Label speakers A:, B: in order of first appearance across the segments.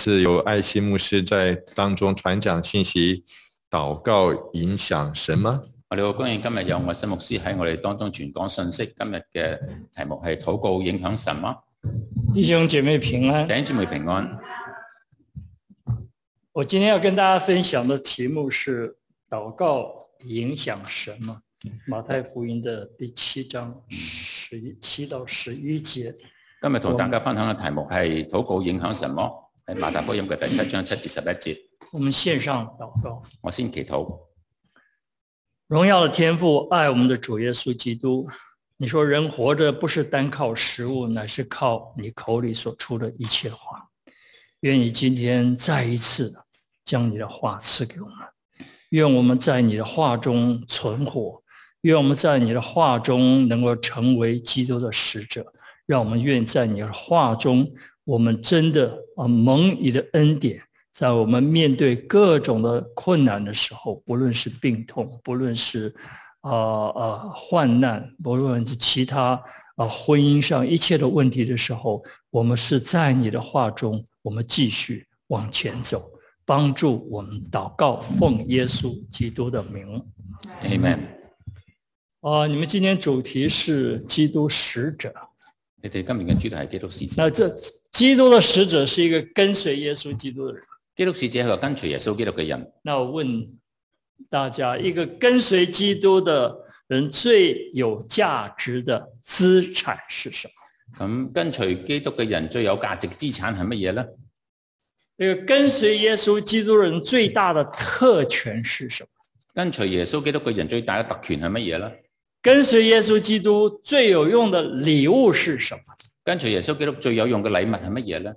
A: 是由爱心牧师在当中传讲信息、祷告影響神嗎？
B: 我哋好高興今日有我新牧師喺我哋當中傳講信息。今日嘅題目係禱告影響什麼？
C: 弟兄姐妹平安
B: 弟。兄姊妹平安。
C: 我今天要跟大家分享的题目是“祷告影响什么”。马太福音的第七章十一七到十一节，
B: 今日同大家分享嘅題目係禱告影響什麼？喺馬太福音嘅第七章七至十一節。
C: 我们线上祷告。
B: 我先祈禱。
C: 荣耀的天父，爱我们的主耶稣基督。你说人活着不是单靠食物，乃是靠你口里所出的一切话。愿你今天再一次将你的话赐给我们，愿我们在你的话中存活，愿我们在你的话中能够成为基督的使者。让我们愿在你的话中，我们真的啊蒙你的恩典，在我们面对各种的困难的时候，不论是病痛，不论是啊啊患难，不论是其他啊婚姻上一切的问题的时候，我们是在你的话中，我们继续往前走，帮助我们祷告，奉耶稣基督的名。
B: Amen。
C: 啊，你们今天主题是基督使者。
B: 你哋今年嘅主題係基督使者。
C: 那这基督的使者是一个跟隨耶穌基督的人。
B: 基督使者係個跟隨耶穌基督嘅人。
C: 那我问大家，一个跟隨基督的人最有价值的资产是什么？
B: 咁跟隨基督嘅人最有價值嘅資產係乜嘢呢？
C: 一个跟隨耶穌基督的人最大的特权是什么？
B: 跟隨耶穌基督嘅人最大嘅特權係乜嘢呢？
C: 跟隨耶穌基督最有用的礼物是什么？
B: 跟隨耶穌基督最有用嘅禮物係乜嘢呢？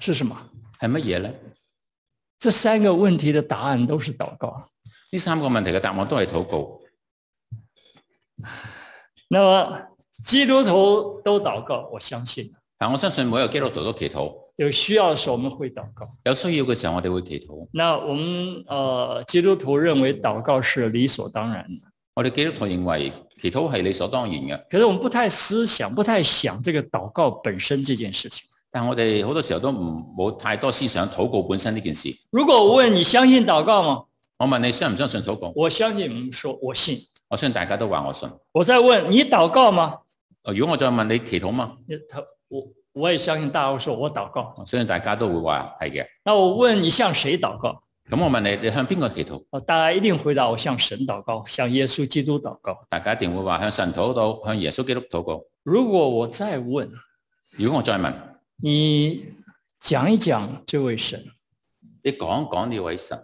C: 是什么？
B: 係乜嘢呢？
C: 这三个问题的答案都是祷告。
B: 呢三個問題嘅答案都係禱告。
C: 那么基督徒都祷告，我相信啊
B: 但我相信每一個基督徒都祈禱，
C: 有需要的时候我们会祷告。
B: 有需要嘅時候我哋會祈禱。
C: 那我们呃，基督徒认为祷告是理所当然的，
B: 我哋基督徒認為祈禱係理所當然嘅，
C: 可是我们不太思想，不太想这个祷告本身这件事情。
B: 但我哋好多時候都唔冇太多思想禱告本身呢件事。
C: 如果我问你相信祷告吗？
B: 我問你相唔相信禱告？
C: 我相信你们说我信。
B: 我相信大家都話我信。
C: 我再问你祷告吗？
B: 如果我再問你祈禱嗎？
C: 你他我我也相信大家会说我祷告。
B: 我相信大家都會話係嘅。
C: 那我问你向谁祷告？
B: 咁我問你，你向邊個祈禱？
C: 哦，大家一定回答我向神禱告，向耶稣基督祷告。
B: 大家一定會話向神禱告，向耶穌基督禱告。
C: 如果我再问
B: 如果我再問
C: 你，讲一讲这位神，
B: 你講講呢位神，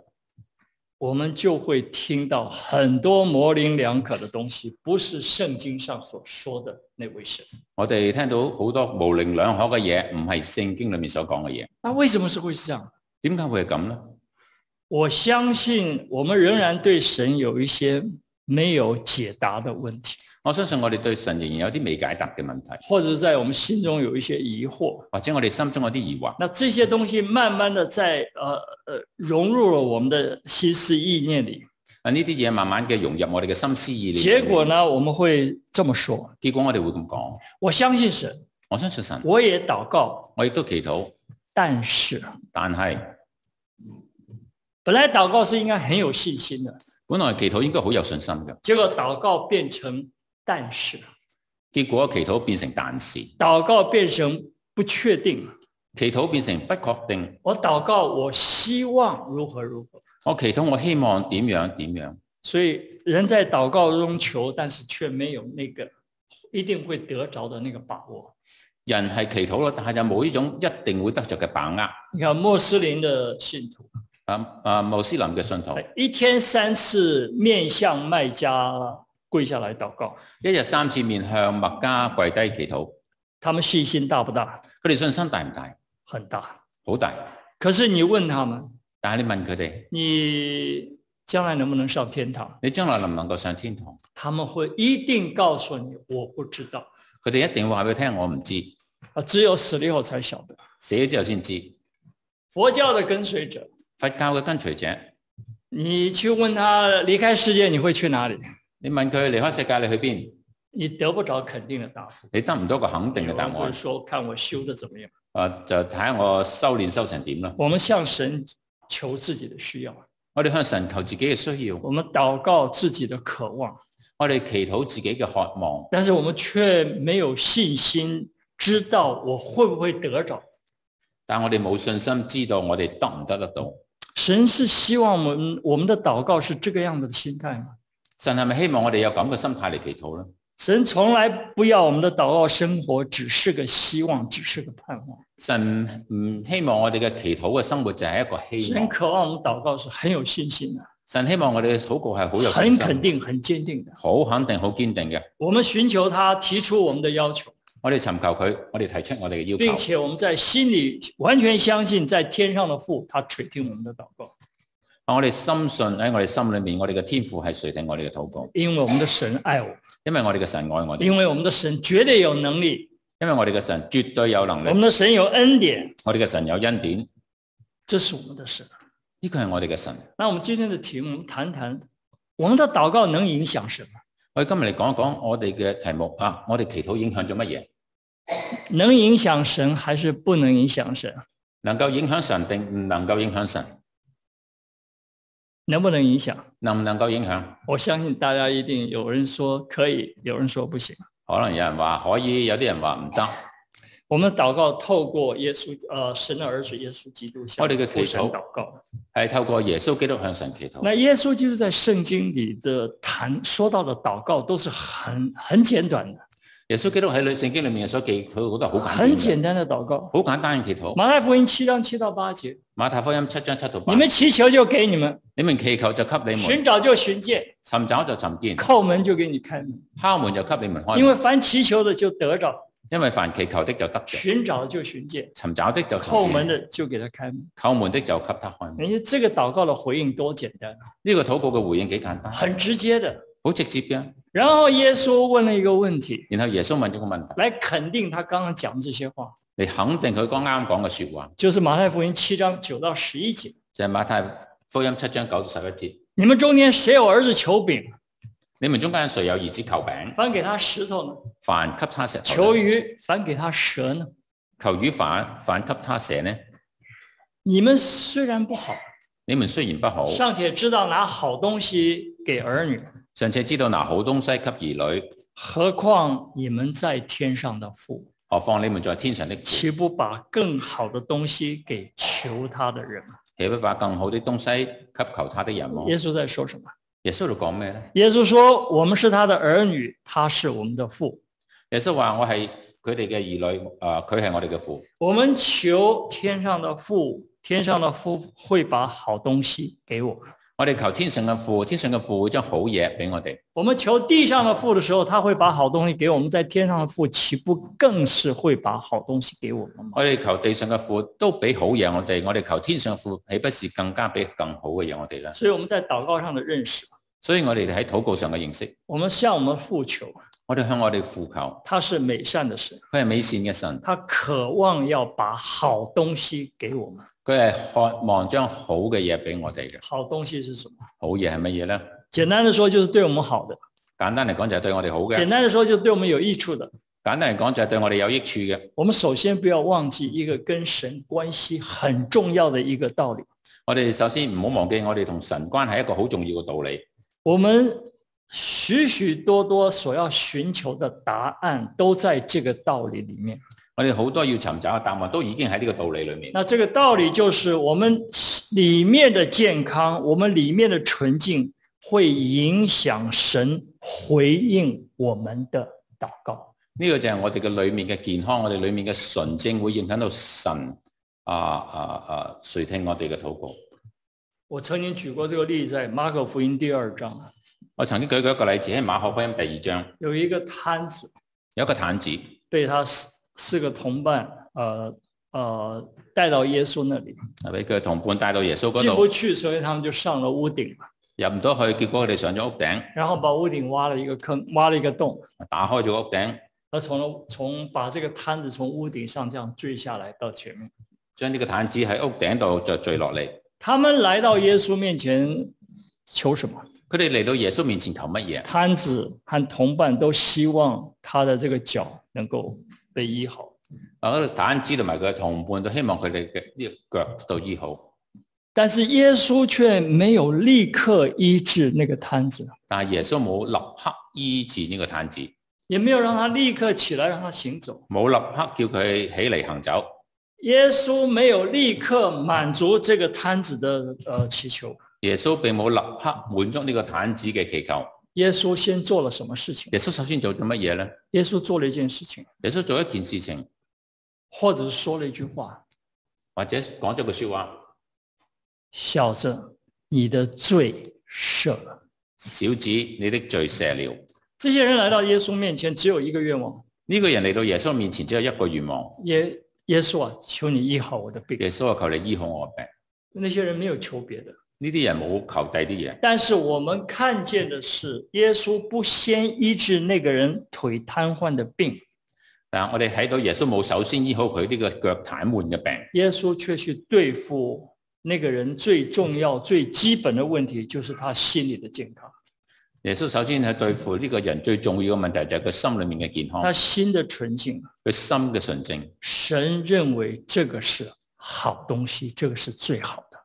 C: 我们就会听到很多模棱两可的东西，不是圣经上所说的那位神。
B: 我哋聽到好多模棱兩可嘅嘢，唔係聖經裡面所講嘅嘢。
C: 那为什么是会是这样？
B: 點解會係咁呢？
C: 我相信我们仍然对神有一些没有解答的问题，
B: 我相信我哋對神仍然有啲未解答嘅問題，
C: 或者在我们心中有一些疑惑。
B: 或者我哋心中有啲疑惑。
C: 那这些东西慢慢的在呃呃融入了我们的心思意念里，
B: 啊，呢啲嘢慢慢嘅融入我哋嘅心思意念。
C: 结果？呢，我们会这么说：
B: 結果我哋會咁講。
C: 我相信神，
B: 我相信神，
C: 我也祷告，
B: 我亦都祈禱，
C: 但是
B: 但係
C: 本来祷告是應該很有信心的，
B: 本來祈禱應該好有信心嘅，
C: 结果祷告变成但是，
B: 結果祈禱變成但是，
C: 祷告变成不确定。
B: 祈禱變成不確定。
C: 我祷告，我希望如何如何。
B: 我祈禱，我希望點樣點樣。
C: 所以人在祷告中求，但是却没有那个一定会得着的那个把握。
B: 人係祈禱啦，但係就冇呢種一定會得着嘅把握。
C: 你看穆斯林的信徒，哎
B: 啊啊，穆斯林嘅信徒
C: 一天三次面向麦加跪下来祷告，
B: 一日三次面向麥加跪低祈禱，
C: 他们信心大不大？
B: 佢哋信心大唔大？
C: 很大。
B: 好大。
C: 可是你问他们，
B: 但係你問佢哋，
C: 你将来能不能上天堂？
B: 你將來能唔能夠上天堂？
C: 他们会一定告诉你我不知道
B: 佢哋一定會話俾你聽，我唔知，
C: 啊，只有死了以后才晓得。
B: 死咗之後先知。
C: 佛教的跟随者，
B: 佛教嘅跟隨者，
C: 你去问他离开世界你会去哪里，
B: 你問佢離開世界你去邊，
C: 你得不着肯定的答复。
B: 哎你得唔到一個肯定嘅答
C: 有人会
B: 案。
C: 说看我修的怎么样，
B: 啊，就睇下我修練修成點啦。
C: 我们向神求自己的需要，
B: 我哋向神求自己嘅需要，
C: 我们祷告自己的渴望，
B: 我哋祈禱自己嘅渴望，
C: 但是我们却没有信心知道我会不会得着。
B: 但我哋冇信心知道我哋得唔得得到。
C: 神是希望我们我们的祷告是这个样子的心态吗？
B: 神係咪希望我哋有咁嘅心態嚟祈禱呢？
C: 神从来不要我们的祷告生活只是个希望，只是个盼望。
B: 神唔希望我哋嘅祈禱嘅生活就係一個希
C: 神
B: 望。
C: 渴望我们祷告是很有信心的，
B: 神希望我哋嘅禱告係好有
C: 很
B: 信
C: 肯
B: 心，啊
C: 定、很坚定的。
B: 好肯定、好堅定嘅。
C: 我们寻求他，提出我们的要求，
B: 我哋尋求佢，我哋提出我哋嘅要
C: 并
B: 求，
C: 且我们在心里完全相信，在天上的父，他垂听我们的祷告，
B: 我哋深信喺我哋心裏面，我哋嘅天父係垂聽我哋嘅禱告，
C: 因为我们的神爱我们，
B: 因為我哋嘅神愛我哋，
C: 因为我们的神绝对有能力，
B: 因為我哋嘅神絕對有能
C: 我
B: 力，
C: 们的神有恩典，
B: 我哋嘅神有恩典，
C: 这是我们的神。
B: 呢個係我哋嘅神。
C: 那我们今天的题目，我们谈谈我们的祷告能影响什么？
B: 我哋今日嚟講一講我哋嘅題目啊，我哋祈禱影響咗乜嘢？
C: 能影响神还是不能影响神？
B: 能夠影響神定唔能夠影響神？
C: 能不能影响？
B: 能唔能夠影響？
C: 我相信大家一定有人说可以，有人说不行。
B: 可能有人話可以，有啲人話唔得。
C: 我们的祷告透过耶稣，呃，神的儿子耶稣基督向
B: 我哋嘅
C: 父神
B: 祈禱
C: 祷告。
B: 係透過耶穌基督向神祈禱。
C: 那耶稣基督在圣经里的谈说到的祷告都是很很简短的，
B: 耶穌基督喺《女聖經》裏面所記，佢覺得好簡單
C: 很
B: 嘅，
C: 简单的祷告。
B: 好簡單嘅祈禱。
C: 马太福音七章七到八节：
B: 馬太福音七章七到八
C: 你，们祈求就给你们，
B: 你們祈求就給你們，
C: 寻找就寻见，
B: 尋找就尋見，
C: 叩门就给你开门。
B: 敲門就給你們開
C: 因为
B: 門。
C: 凡祈求的就得着，
B: 因為凡祈求的就得嘅，
C: 寻找就寻见，
B: 尋找的就
C: 叩
B: 尋
C: 门
B: 見，
C: 的就给他开门。
B: 叩門的就給他開門。
C: 人家这个禱告的回应多简单，
B: 呢個禱告嘅回應幾簡單，
C: 很直接的。
B: 好直接嘅。
C: 然后耶稣问了一个问题，
B: 然後耶穌問咗個問題，
C: 来肯定他刚刚讲的这些话，
B: 你肯定佢剛啱講嘅説話，
C: 就是马太福音七章九到十一节：
B: 就係、馬太福音七章九到十一節。
C: 你们中间谁有儿子求饼，
B: 你們中間誰有兒子求餅，
C: 反给他石头呢？
B: 凡給他石頭；
C: 求鱼，反给他蛇呢？
B: 求魚反反給他蛇呢？
C: 你们虽然不好，
B: 你們雖然不好，
C: 尚且知道拿好东西给儿女，
B: 尚且知道拿好東西給兒女，
C: 何况你们在天上的父，
B: 何況你們在天上的父，
C: 岂不把更好的东西给求他的人吗？
B: 岂不把更好的東西給求他的人麼？
C: 耶稣在说什么？
B: 耶穌喺度講咩呢？
C: 耶穌说：“我们是他的儿女，他是我们的父。
B: 耶穌話：我係佢哋嘅兒女，啊，佢係我哋嘅父。
C: 我们求天上的父，天上的父会把好东西给我们；
B: 我哋求天上嘅父，天上嘅父會將好嘢俾我哋。
C: 我们求地上的父的时候，他会把好东西给我们。在天上的父，岂不更是会把好东西给我们吗？
B: 我哋求地上嘅父都俾好嘢我哋，我哋求天上嘅父，豈不是更加俾更好嘅嘢我哋啦？
C: 所以我们在祷告上的认识，
B: 所以我哋喺禱告上嘅認識，
C: 我们向我们父求，
B: 我哋向我哋父求，
C: 他是美善的神，
B: 佢係美善嘅神，
C: 他渴望要把好东西给我们。
B: 佢係渴望將好嘅嘢俾我哋嘅。
C: 好东西是什么？
B: 好嘢係乜嘢呢？
C: 简单的说，就是对我们好的；
B: 簡單嚟講就係對我哋好嘅
C: 简，单的说，就是对我们有益处的。”
B: 簡單嚟講就係對我哋有益處嘅。
C: 我们首先不要忘记一个跟神关系很重要的一个道理：
B: 我哋首先唔好忘記，我哋同神關係一個好重要嘅道理。
C: 我们许许多多所要寻求的答案都在这个道理里面。
B: 我哋好多要尋找嘅答案都已經喺呢個道理裏面。
C: 那这个道理就是，我们里面的健康，我们里面的纯净，会影响神回应我们的祷告。
B: 呢、個就係我哋嘅裏面嘅健康，我哋裏面嘅純正會影響到神啊啊啊垂聽我哋嘅禱告。
C: 我曾经举过这个例子，在马可福音第二章，
B: 我曾經舉過一個例子喺馬可福音第二章，
C: 有一个摊子，
B: 有一個毯子
C: 被他四四个同伴，呃呃，带到耶稣那里，
B: 啊俾佢嘅同伴帶到耶穌嗰
C: 进不
B: 度，
C: 去，所以他们就上了屋頂嘛，
B: 入唔到去，結果佢哋上咗屋頂，
C: 然后把屋頂挖了一個坑，挖了一个洞，
B: 打開咗屋頂，
C: 他从从把这个摊子从屋頂上这样坠下来到前面。
B: 將呢個毯子喺屋頂度就墜落嚟。
C: 他们来到耶穌面前求什么？
B: 佢哋嚟到耶穌面前求乜嘢？
C: 摊子和同伴都希望他的这个脚能够被医好，
B: 啊，嗰度坦子同埋佢嘅同伴都希望佢哋嘅呢個腳到醫好，
C: 但是耶稣却没有立刻医治那个摊子，
B: 但係耶穌冇立刻醫治呢個坦子，
C: 也没有让他立刻起来让他行走。
B: 冇立刻叫佢起嚟行走。
C: 耶稣没有立刻满足这个摊子的呃祈求，
B: 耶穌並冇立刻滿足呢個坦子嘅祈求。
C: 耶稣先做了什么事情？
B: 耶穌首先做咗乜嘢咧？
C: 耶稣做了一件事情，
B: 耶穌做一件事情，
C: 或者是说了一句话
B: 或者講咗句说話：：“
C: 小子，你的罪赦了。
B: 小子，你的罪赦了。”
C: 这些人来到耶稣面前，只有一个愿望：
B: 呢、個人嚟到耶穌面前只有一個願望，
C: 耶耶穌啊，求你医好我的病。
B: 耶穌啊話求你醫好我病。
C: 那些人没有求别的，
B: 呢啲人冇求第啲嘢，
C: 但是我们看见的是，耶稣不先医治那个人腿瘫痪的病，
B: 但係我哋睇到耶穌冇首先醫好佢呢個腳癱瘓嘅病，
C: 耶稣却去对付那个人最重要、最基本的问题，就是他心理的健康，
B: 耶穌首先係對付呢個人最重要嘅問題就係佢心裏面嘅健康，
C: 他心的纯净。啊
B: 佢心嘅純正。
C: 神认为这个是好东西，这个是最好的。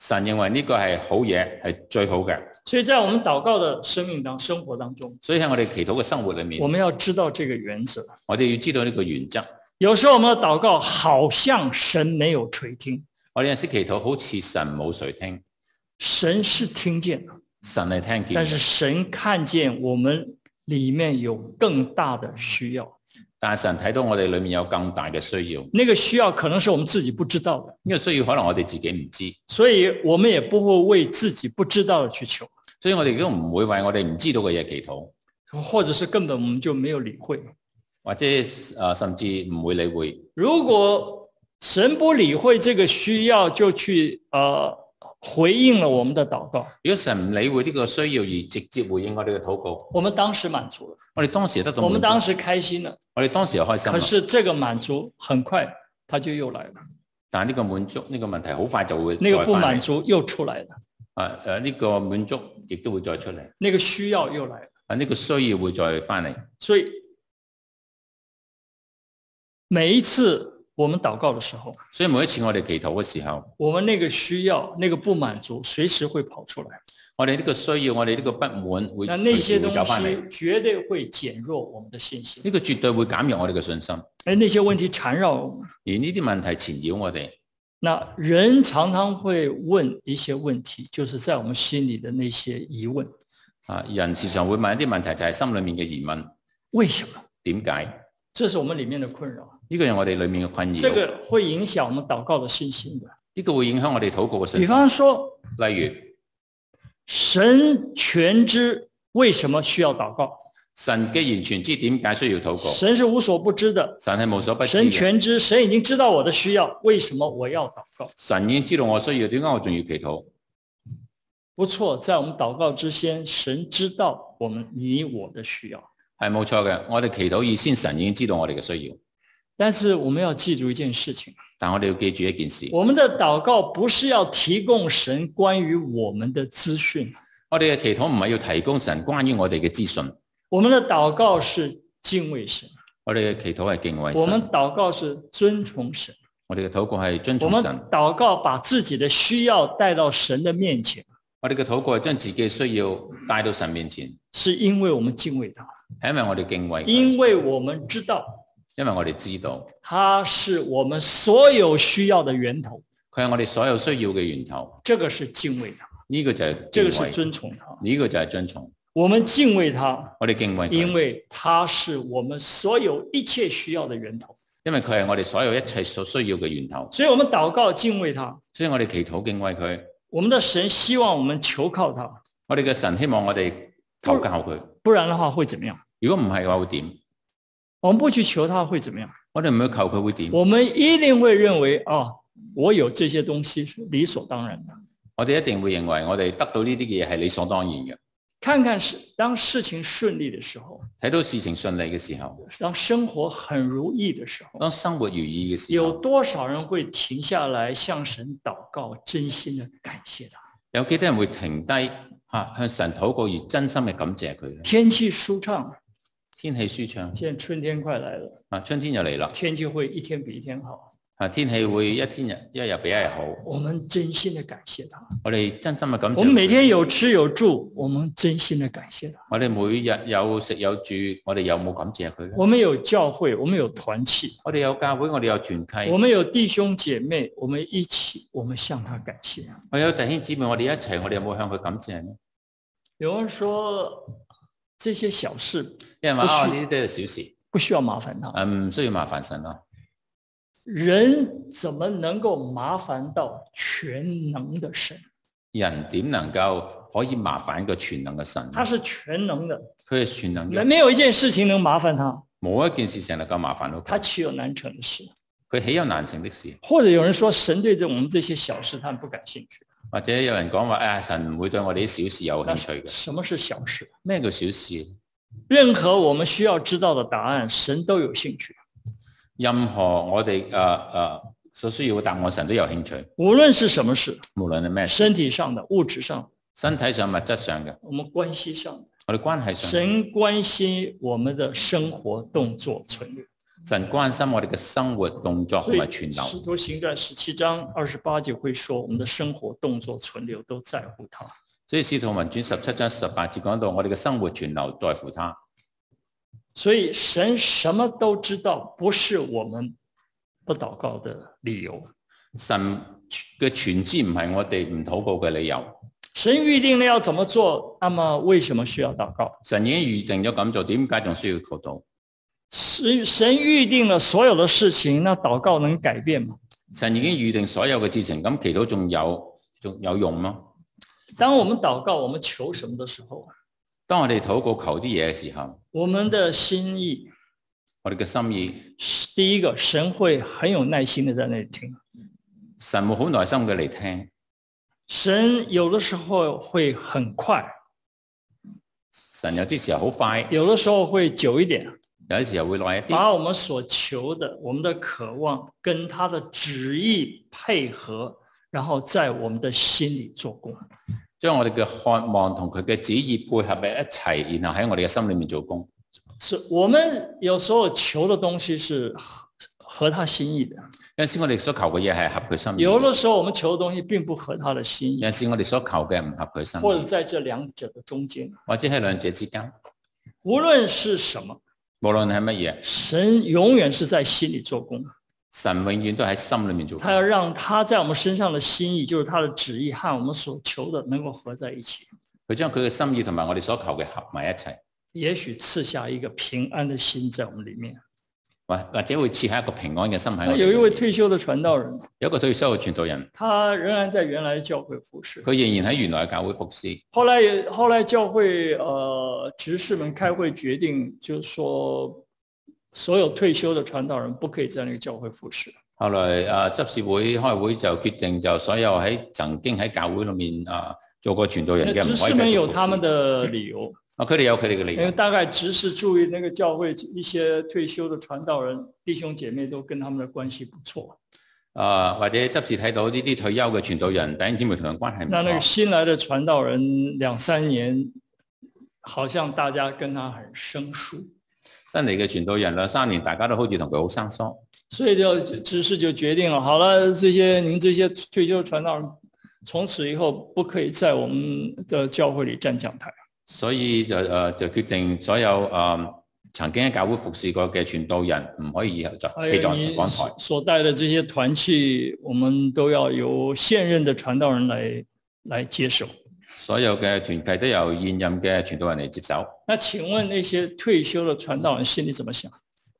B: 神認為呢個係好嘢，係最好嘅，
C: 所以在我们祷告的生命当生活当中，
B: 所以喺我哋祈禱嘅生活裏
C: 我
B: 面，
C: 们要知道这个原则。
B: 我哋要知道呢個原則。
C: 有时候我们的祷告好像神没有垂听，
B: 我哋有時祈禱好似神冇垂聽，
C: 神是听见的，
B: 神係聽見
C: 但是
B: 嘅，
C: 神看见我们里面有更大的需要，
B: 但係神睇到我哋裏面有更大嘅需要，呢、
C: 那个需要可能是我们自己不知道的，
B: 個需要可能我哋自己唔知，
C: 所以我们也不会为自己不知道的去求，
B: 所以我哋都唔會為我哋唔知道嘅嘢祈禱，
C: 或者是根本我们就没有理会。
B: 或者呃甚至唔會理會。
C: 如果神不理会这个需要，就去呃回应了我们的祷告，
B: 如果神唔理會呢個需要而直接回應我哋嘅禱告，
C: 我们当时满足了，
B: 我哋當時得到
C: 我们
B: 滿足
C: 当时开心了，
B: 我哋當時又開心啊
C: 可
B: 啦，
C: 是这个满足很快它就又来了，
B: 但係呢個滿足呢、個問題好快就會
C: 那个
B: 再
C: 不
B: 返
C: 满
B: 嚟，
C: 足又出来了，
B: 啊誒呢個滿足亦都會再出嚟，
C: 那个需要又来了。
B: 啊呢、個需要會再翻嚟。
C: 所以每一次我们祷告的时候，
B: 所以每一次我哋祈禱嘅時候，
C: 我们那个需要、那个不满足，随时会跑出来。
B: 我哋呢個需要，我哋呢個不滿會
C: 那那
B: 隨
C: 些
B: 時
C: 东
B: 會走翻嚟，呢、
C: 西绝对会减弱我们的信心，
B: 個絕對會減弱我哋嘅信心，而呢
C: 哎，那些问题缠绕我们。
B: 啲問題纏繞我哋。
C: 那人常常会问一些问题，就是在我们心里的那些疑問：
B: 啊，人時常會問一啲問題，就係心裏面嘅疑問，
C: 为什么？
B: 點解？
C: 这是我們里面的困擾，
B: 呢、個係我哋裏面嘅困擾。
C: 这个會影響我們禱告的信心的。
B: 呢個會影響我哋禱告嘅信
C: 比
B: 心。
C: 方说，
B: 例如
C: 神全知为什么需要祷告？
B: 神既然全知，點解需要禱告？
C: 神是無所不知的，
B: 神係無哦所不知
C: 神
B: 嘅，
C: 全知，神已經知道我的需要，为什么我要祷告？
B: 神已經知道我需要，點解我仲要祈禱？
C: 不错，在我們祷告之前，神知道我們你我的需要。
B: 係冇錯嘅，我哋祈禱以先，神已經知道我哋嘅需要。
C: 但是我們要記住一件事情：
B: 但我哋要記住一件事，
C: 我們的祷告不是要提供神關於我們的資訊，
B: 我哋嘅祈禱唔係要提供神關於我哋嘅資訊，
C: 我們的祷告是敬畏神，
B: 我哋嘅祈禱係敬畏
C: 我們
B: 神，
C: 祷告是遵從神。
B: 我哋嘅禱告係遵
C: 我
B: 從
C: 们
B: 神，
C: 祷告，把自己的需要带到神的面前，
B: 我哋嘅禱告係將自己嘅需要帶到神面前，
C: 是因为我们敬畏他，
B: 係因為我哋敬畏佢，
C: 因为我们知道
B: 因為我哋知道
C: 他是我们所有需要的源头。
B: 佢係我哋所有需要嘅源頭。
C: 这个是敬畏他，
B: 呢、個就係
C: 这
B: 敬
C: 个是
B: 畏，
C: 遵从他。
B: 呢、個就係遵從。
C: 我们敬畏他，
B: 我哋敬畏佢，
C: 因為他是我们所有一切需要的源头。
B: 因為佢係我哋所有一切所需要嘅源頭。
C: 所以，我们祷告敬畏他，
B: 所以我哋祈禱敬畏佢，
C: 我们的神希望我们求靠他，
B: 我哋嘅神希望我哋投靠佢。
C: 不然的话会怎么样？
B: 如果唔係嘅話，會點？
C: 我们不去求他会怎么样？
B: 我哋唔去求佢會點？
C: 我们一定会认为啊、我有这些东西是理所当然的。
B: 我哋一定會認為我哋得到呢啲嘅嘢係理所當然嘅。
C: 看看是当事情顺利的时候，
B: 睇到事情順利嘅時候，
C: 当生活很如意的时候，
B: 當生活如意嘅時
C: 有
B: 候，
C: 多少人会停下来向神祷告，真心的感谢他？
B: 有幾多人會停低嚇、啊向神禱告而真心嘅感謝佢咧？
C: 天气舒畅，
B: 天氣舒暢
C: 现在春天快来了，
B: 啊，春天就嚟啦，
C: 天气会一天比一天好。
B: 啊，天氣會一天日一日比一日好。
C: 我们真心的感谢他。
B: 我哋真心嘅感謝佢。
C: 我们每天有吃有住，我们真心的感谢他。
B: 我哋每日有食有住，我哋有冇感謝佢咧？
C: 我们有教会，我们有团契，
B: 我哋有教會，我哋有團契
C: 我，们有弟兄姐妹，我们一起，我们向他感谢。
B: 我有弟兄姊妹，我哋一齊，我哋有冇向佢感謝呢？
C: 有人说这些小事
B: 有人話
C: 不需
B: 啊，呢啲都係小事，
C: 不需要麻烦他，
B: 啊唔需要麻煩神咯。
C: 人怎么能够麻烦到全能的神？
B: 人點能夠可以麻煩個全能嘅神呢？
C: 他是全能的，
B: 佢係全能
C: 没
B: 嘅，
C: 没有一件事情能麻烦他，
B: 冇一件事情能夠麻煩到
C: 他
B: 佢。
C: 岂有难成的事？
B: 佢岂有難成的事？啊
C: 或者有人说，神对着我们这些小事，他不感興趣。
B: 或者有人講話，啊，神唔會對我哋啲小事有
C: 那
B: 興趣嘅。
C: 什么是小事？
B: 咩叫小事？
C: 任何我们需要知道的答案，神都有兴趣。
B: 任何我哋誒誒所需要嘅答案，神都有興趣。
C: 无论是什么事，
B: 無論係咩事，
C: 身體上的、物质上的、
B: 身體上、物質上嘅，
C: 我们关系上的，
B: 我哋關係上，
C: 神关心我们的生活、动作、存留。
B: 神關心我哋嘅生活、動作
C: 所
B: 同
C: 以
B: 埋存
C: 《
B: 留。
C: 使徒行传》十七章二十八节会说，我们的生活、动作、存留都在乎他。
B: 所以《使徒文傳》十七章十八節講到，我哋嘅生活存留在乎他。
C: 所以神什么都知道，不是我们不祷告的理由。
B: 神嘅全知唔係我哋唔禱告嘅理由。
C: 神预定了要怎么做，那么为什么需要祷告？
B: 神已經預定咗咁做，點解仲需要求到？
C: 神神预定了所有的事情，那祷告能改变吗？
B: 神已經預定所有嘅事情，咁祈禱仲有仲有用咯。
C: 当我们祷告，我们求什么的时候，
B: 當我哋禱告求啲嘢嘅時候，
C: 我们的心意
B: 我哋嘅心意，
C: 是第一个，神会很有耐心的在那里听。
B: 神會好耐心嘅嚟聽。
C: 神有的时候会很快，
B: 神有啲時候好快，
C: 有的时候会久一点，
B: 有啲時候會耐一啲，
C: 把我们所求的、我们的渴望跟他的旨意配合，然后在我们的心里做工。
B: 將我哋嘅渴望同佢嘅旨意配合喺一齊，然後喺我哋嘅心裏面做工。
C: 是我们有时候求的东西是合合他心意的，
B: 有陣時我哋所求嘅嘢係合佢心意，
C: 有
B: 有
C: 的時候我們求的東西並不合他的心意，
B: 陣時我哋所求嘅唔合佢心
C: 或者
B: 意，
C: 在這兩者的中間，
B: 或者喺兩者之間，
C: 無論是什麼，
B: 無論係乜嘢，
C: 神永遠是在心裡做工，
B: 神永遠都喺心裏面做工
C: 他。要讓他在我們身上的心意，就是他的旨意和我們所求的能夠合在一起，
B: 佢將佢嘅心意同埋我哋所求嘅合埋一齊，
C: 也許賜下一個平安的心在我們裡面。
B: 或或者會設下一個平安嘅心喺
C: 那
B: 我哋
C: 有一
B: 裏
C: 位
B: 面。
C: 退休的傳道人，
B: 有一個退休嘅傳道人，
C: 他仍然在原來的教會服侍，
B: 佢仍然喺原來嘅教會服侍。
C: 後來也後來教會呃執事們開會決定，就是說。所有退休的傳道人不可以在那個教會服侍。
B: 後來啊，執事會開會就決定就所有喺曾經喺教會裏面啊做過傳道人嘅
C: 那
B: 唔
C: 执
B: 可以繼
C: 事
B: 續
C: 们有
B: 服
C: 他们
B: 侍
C: 的理 由，
B: 啊，佢哋有佢哋嘅理
C: 因
B: 由
C: 为，大概执事注意那个教会一些退休的传道人弟兄姐妹都跟他们的關係不錯，
B: 啊或者執事睇到呢啲退休嘅傳道人弟兄姊妹同人關係唔
C: 那那個
B: 錯，
C: 新來的傳道人兩三年，好像大家跟他很生疏，
B: 新嚟嘅傳道人兩三年大家都好似同佢好生疏，
C: 所以就执事就决定了，好了，这些你们这些退休传道人，从此以后不可以在我们的教会里站讲台。
B: 所以就誒就決定所有誒曾經喺教會服侍過嘅傳道人唔可以以後再
C: 还
B: 繼
C: 有
B: 續
C: 你
B: 講台
C: 所。所带的这些团契，我们都要由现任的传道人来来接手。
B: 所有嘅團契都由現任嘅傳道人嚟接手。
C: 那请问那些退休的传道人心里怎么想？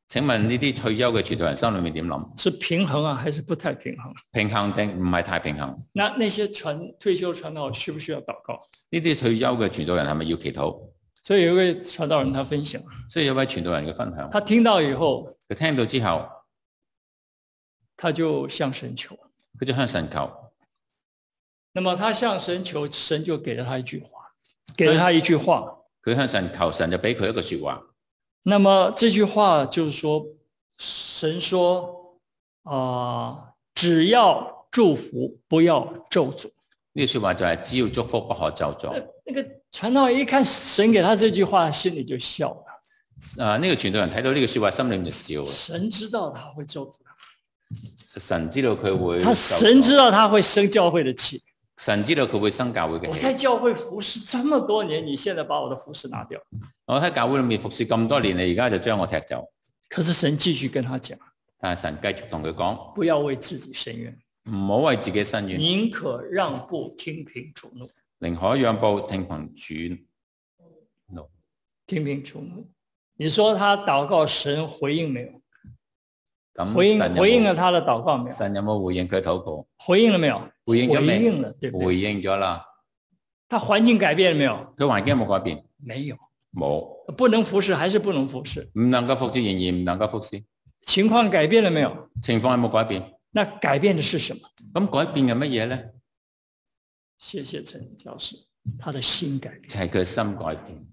B: 請問呢啲退休嘅傳道人心裏面點諗？
C: 是平衡啊，还是不太平衡？
B: 平衡定唔係太平衡？
C: 那那些传退休传道人需不需要祷告？
B: 呢啲退休嘅傳道人係咪要祈禱？
C: 所以有一位传道人他分享，
B: 所以有位傳道人嘅分享，
C: 他聽到以后，
B: 佢聽到之後，
C: 他就向神求。
B: 佢就向神求，
C: 那么他向神求，神就给了他一句话，给了他一句话。
B: 佢向神求，神就俾佢一個説話。
C: 那么这句话就是说，神说啊、只要祝福，不要咒诅。
B: 呢個説話就係只要祝福不可咒詛。
C: 那个传道人一看神给他这句话，心里就笑了。
B: 啊，呢個傳道人睇到呢句説話，心裏面就笑啦。
C: 神知道他会祝福他，
B: 神知道佢會
C: 他
B: 受
C: 神知
B: 阻
C: 道他会生教会的气。
B: 神知道佢會生教會嘅
C: 我
B: 氣
C: 在。教会服侍这么多年，你现在把我的服侍拿掉，
B: 我喺教會裏面服侍咁多年，你而家就將我踢走。
C: 可是神继续跟他讲，
B: 但係神繼續同佢講，
C: 不要为自己伸冤，
B: 唔好為自己伸冤，
C: 宁可让步，听凭主怒，
B: 寧可讓步，聽憑主。No，
C: 听凭主怒。你说他祷告，神回应没有？回
B: 咁
C: 应
B: 神有
C: 回应了
B: 冇
C: 他的祷告没有？
B: 神有冇回應佢嘅禱告？
C: 回应了没有？
B: 回应了没
C: 应了，对不对？
B: 回應咗啦。
C: 他环境改变了没有？
B: 佢環境有冇改變？
C: 没有，
B: 冇，
C: 不能服侍还是不能服侍，
B: 唔能夠服侍，仍然唔能夠服侍。
C: 情况改变了没有？
B: 情況有冇改變？
C: 那改变的是什么？
B: 咁改變係乜嘢咧？
C: 谢谢陈教师，他的心改变，
B: 就係佢心改變。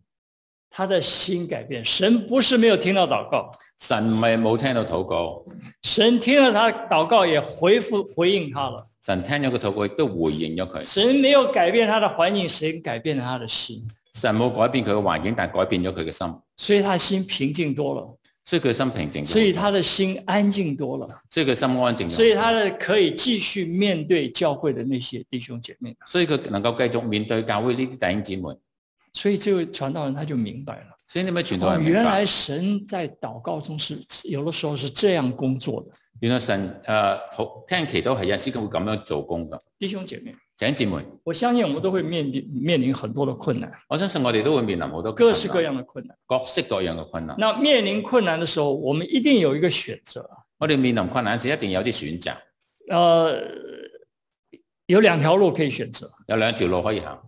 C: 他的心改变。神不是没有聽到祷告，
B: 神唔係冇聽到禱告，
C: 神听了他祷告，也回复回应他了。
B: 神聽咗佢禱告，亦都回應咗佢。
C: 神没有改变他的环境，神改變了他的心，
B: 神冇改變佢嘅環境，但係改變咗佢嘅心，
C: 所以他心平靜多了，
B: 所以佢嘅心平靜咗。
C: 所以他的心安靜多了，
B: 所以佢心安靜咗。
C: 所以他的可以继续面对教会的那些弟兄姐妹。
B: 所以佢能夠繼續面對教會呢啲弟兄姊妹。
C: 所以这位传道人他就明白了，
B: 所以你咪傳道
C: 哦，
B: 人明
C: 原
B: 白，
C: 来神在祷告中是有的时候是这样工作的。
B: 原來神誒、呃、好聽祈禱係有陣時佢會咁樣做工㗎。
C: 弟兄姐妹，
B: 弟兄姊妹，
C: 我相信我们都会面临面临很多的困难，
B: 我相信我哋都會面臨好多
C: 各式各
B: 困難，
C: 样的困难。
B: 各式各樣嘅困難。
C: 那面临困难的时候，我們一定有一個選擇。
B: 我哋面臨困難時一定有啲選擇，
C: 呃，有兩條路可以選擇。
B: 有兩條路可以行。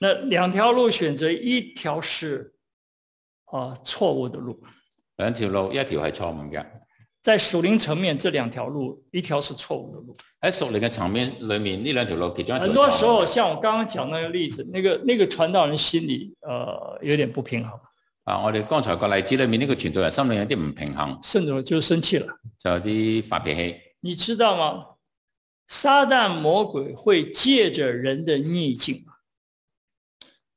C: 那兩條路選擇，一條是啊、呃、錯誤的路，
B: 兩條路，一條係錯誤嘅。
C: 在屬靈層面，這兩條路，一條是錯誤的路。
B: 喺屬靈嘅層面裏面，呢兩條路其中一條
C: 很多
B: 係錯
C: 時
B: 誤
C: 候，
B: 嘅
C: 像我剛剛講那個例子，那個那個傳道人心里呃有點不平衡，
B: 啊，我哋剛才個例子裏面，呢、個傳道人心裏有啲唔平衡，
C: 甚至就生氣了。
B: 就有啲發脾氣。
C: 你知道嗎？撒旦魔鬼會借着人的逆境，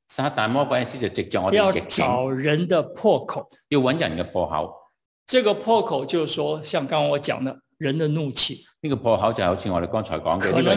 B: 撒旦魔鬼有時就藉着我哋
C: 要
B: 嘅逆境，
C: 找人的破口。
B: 要揾人嘅破口。
C: 这个破口就是說，像剛剛我講的，人的怒氣，
B: 呢、個破口就好似我哋剛才講嘅
C: 可
B: 呢個
C: 能
B: 人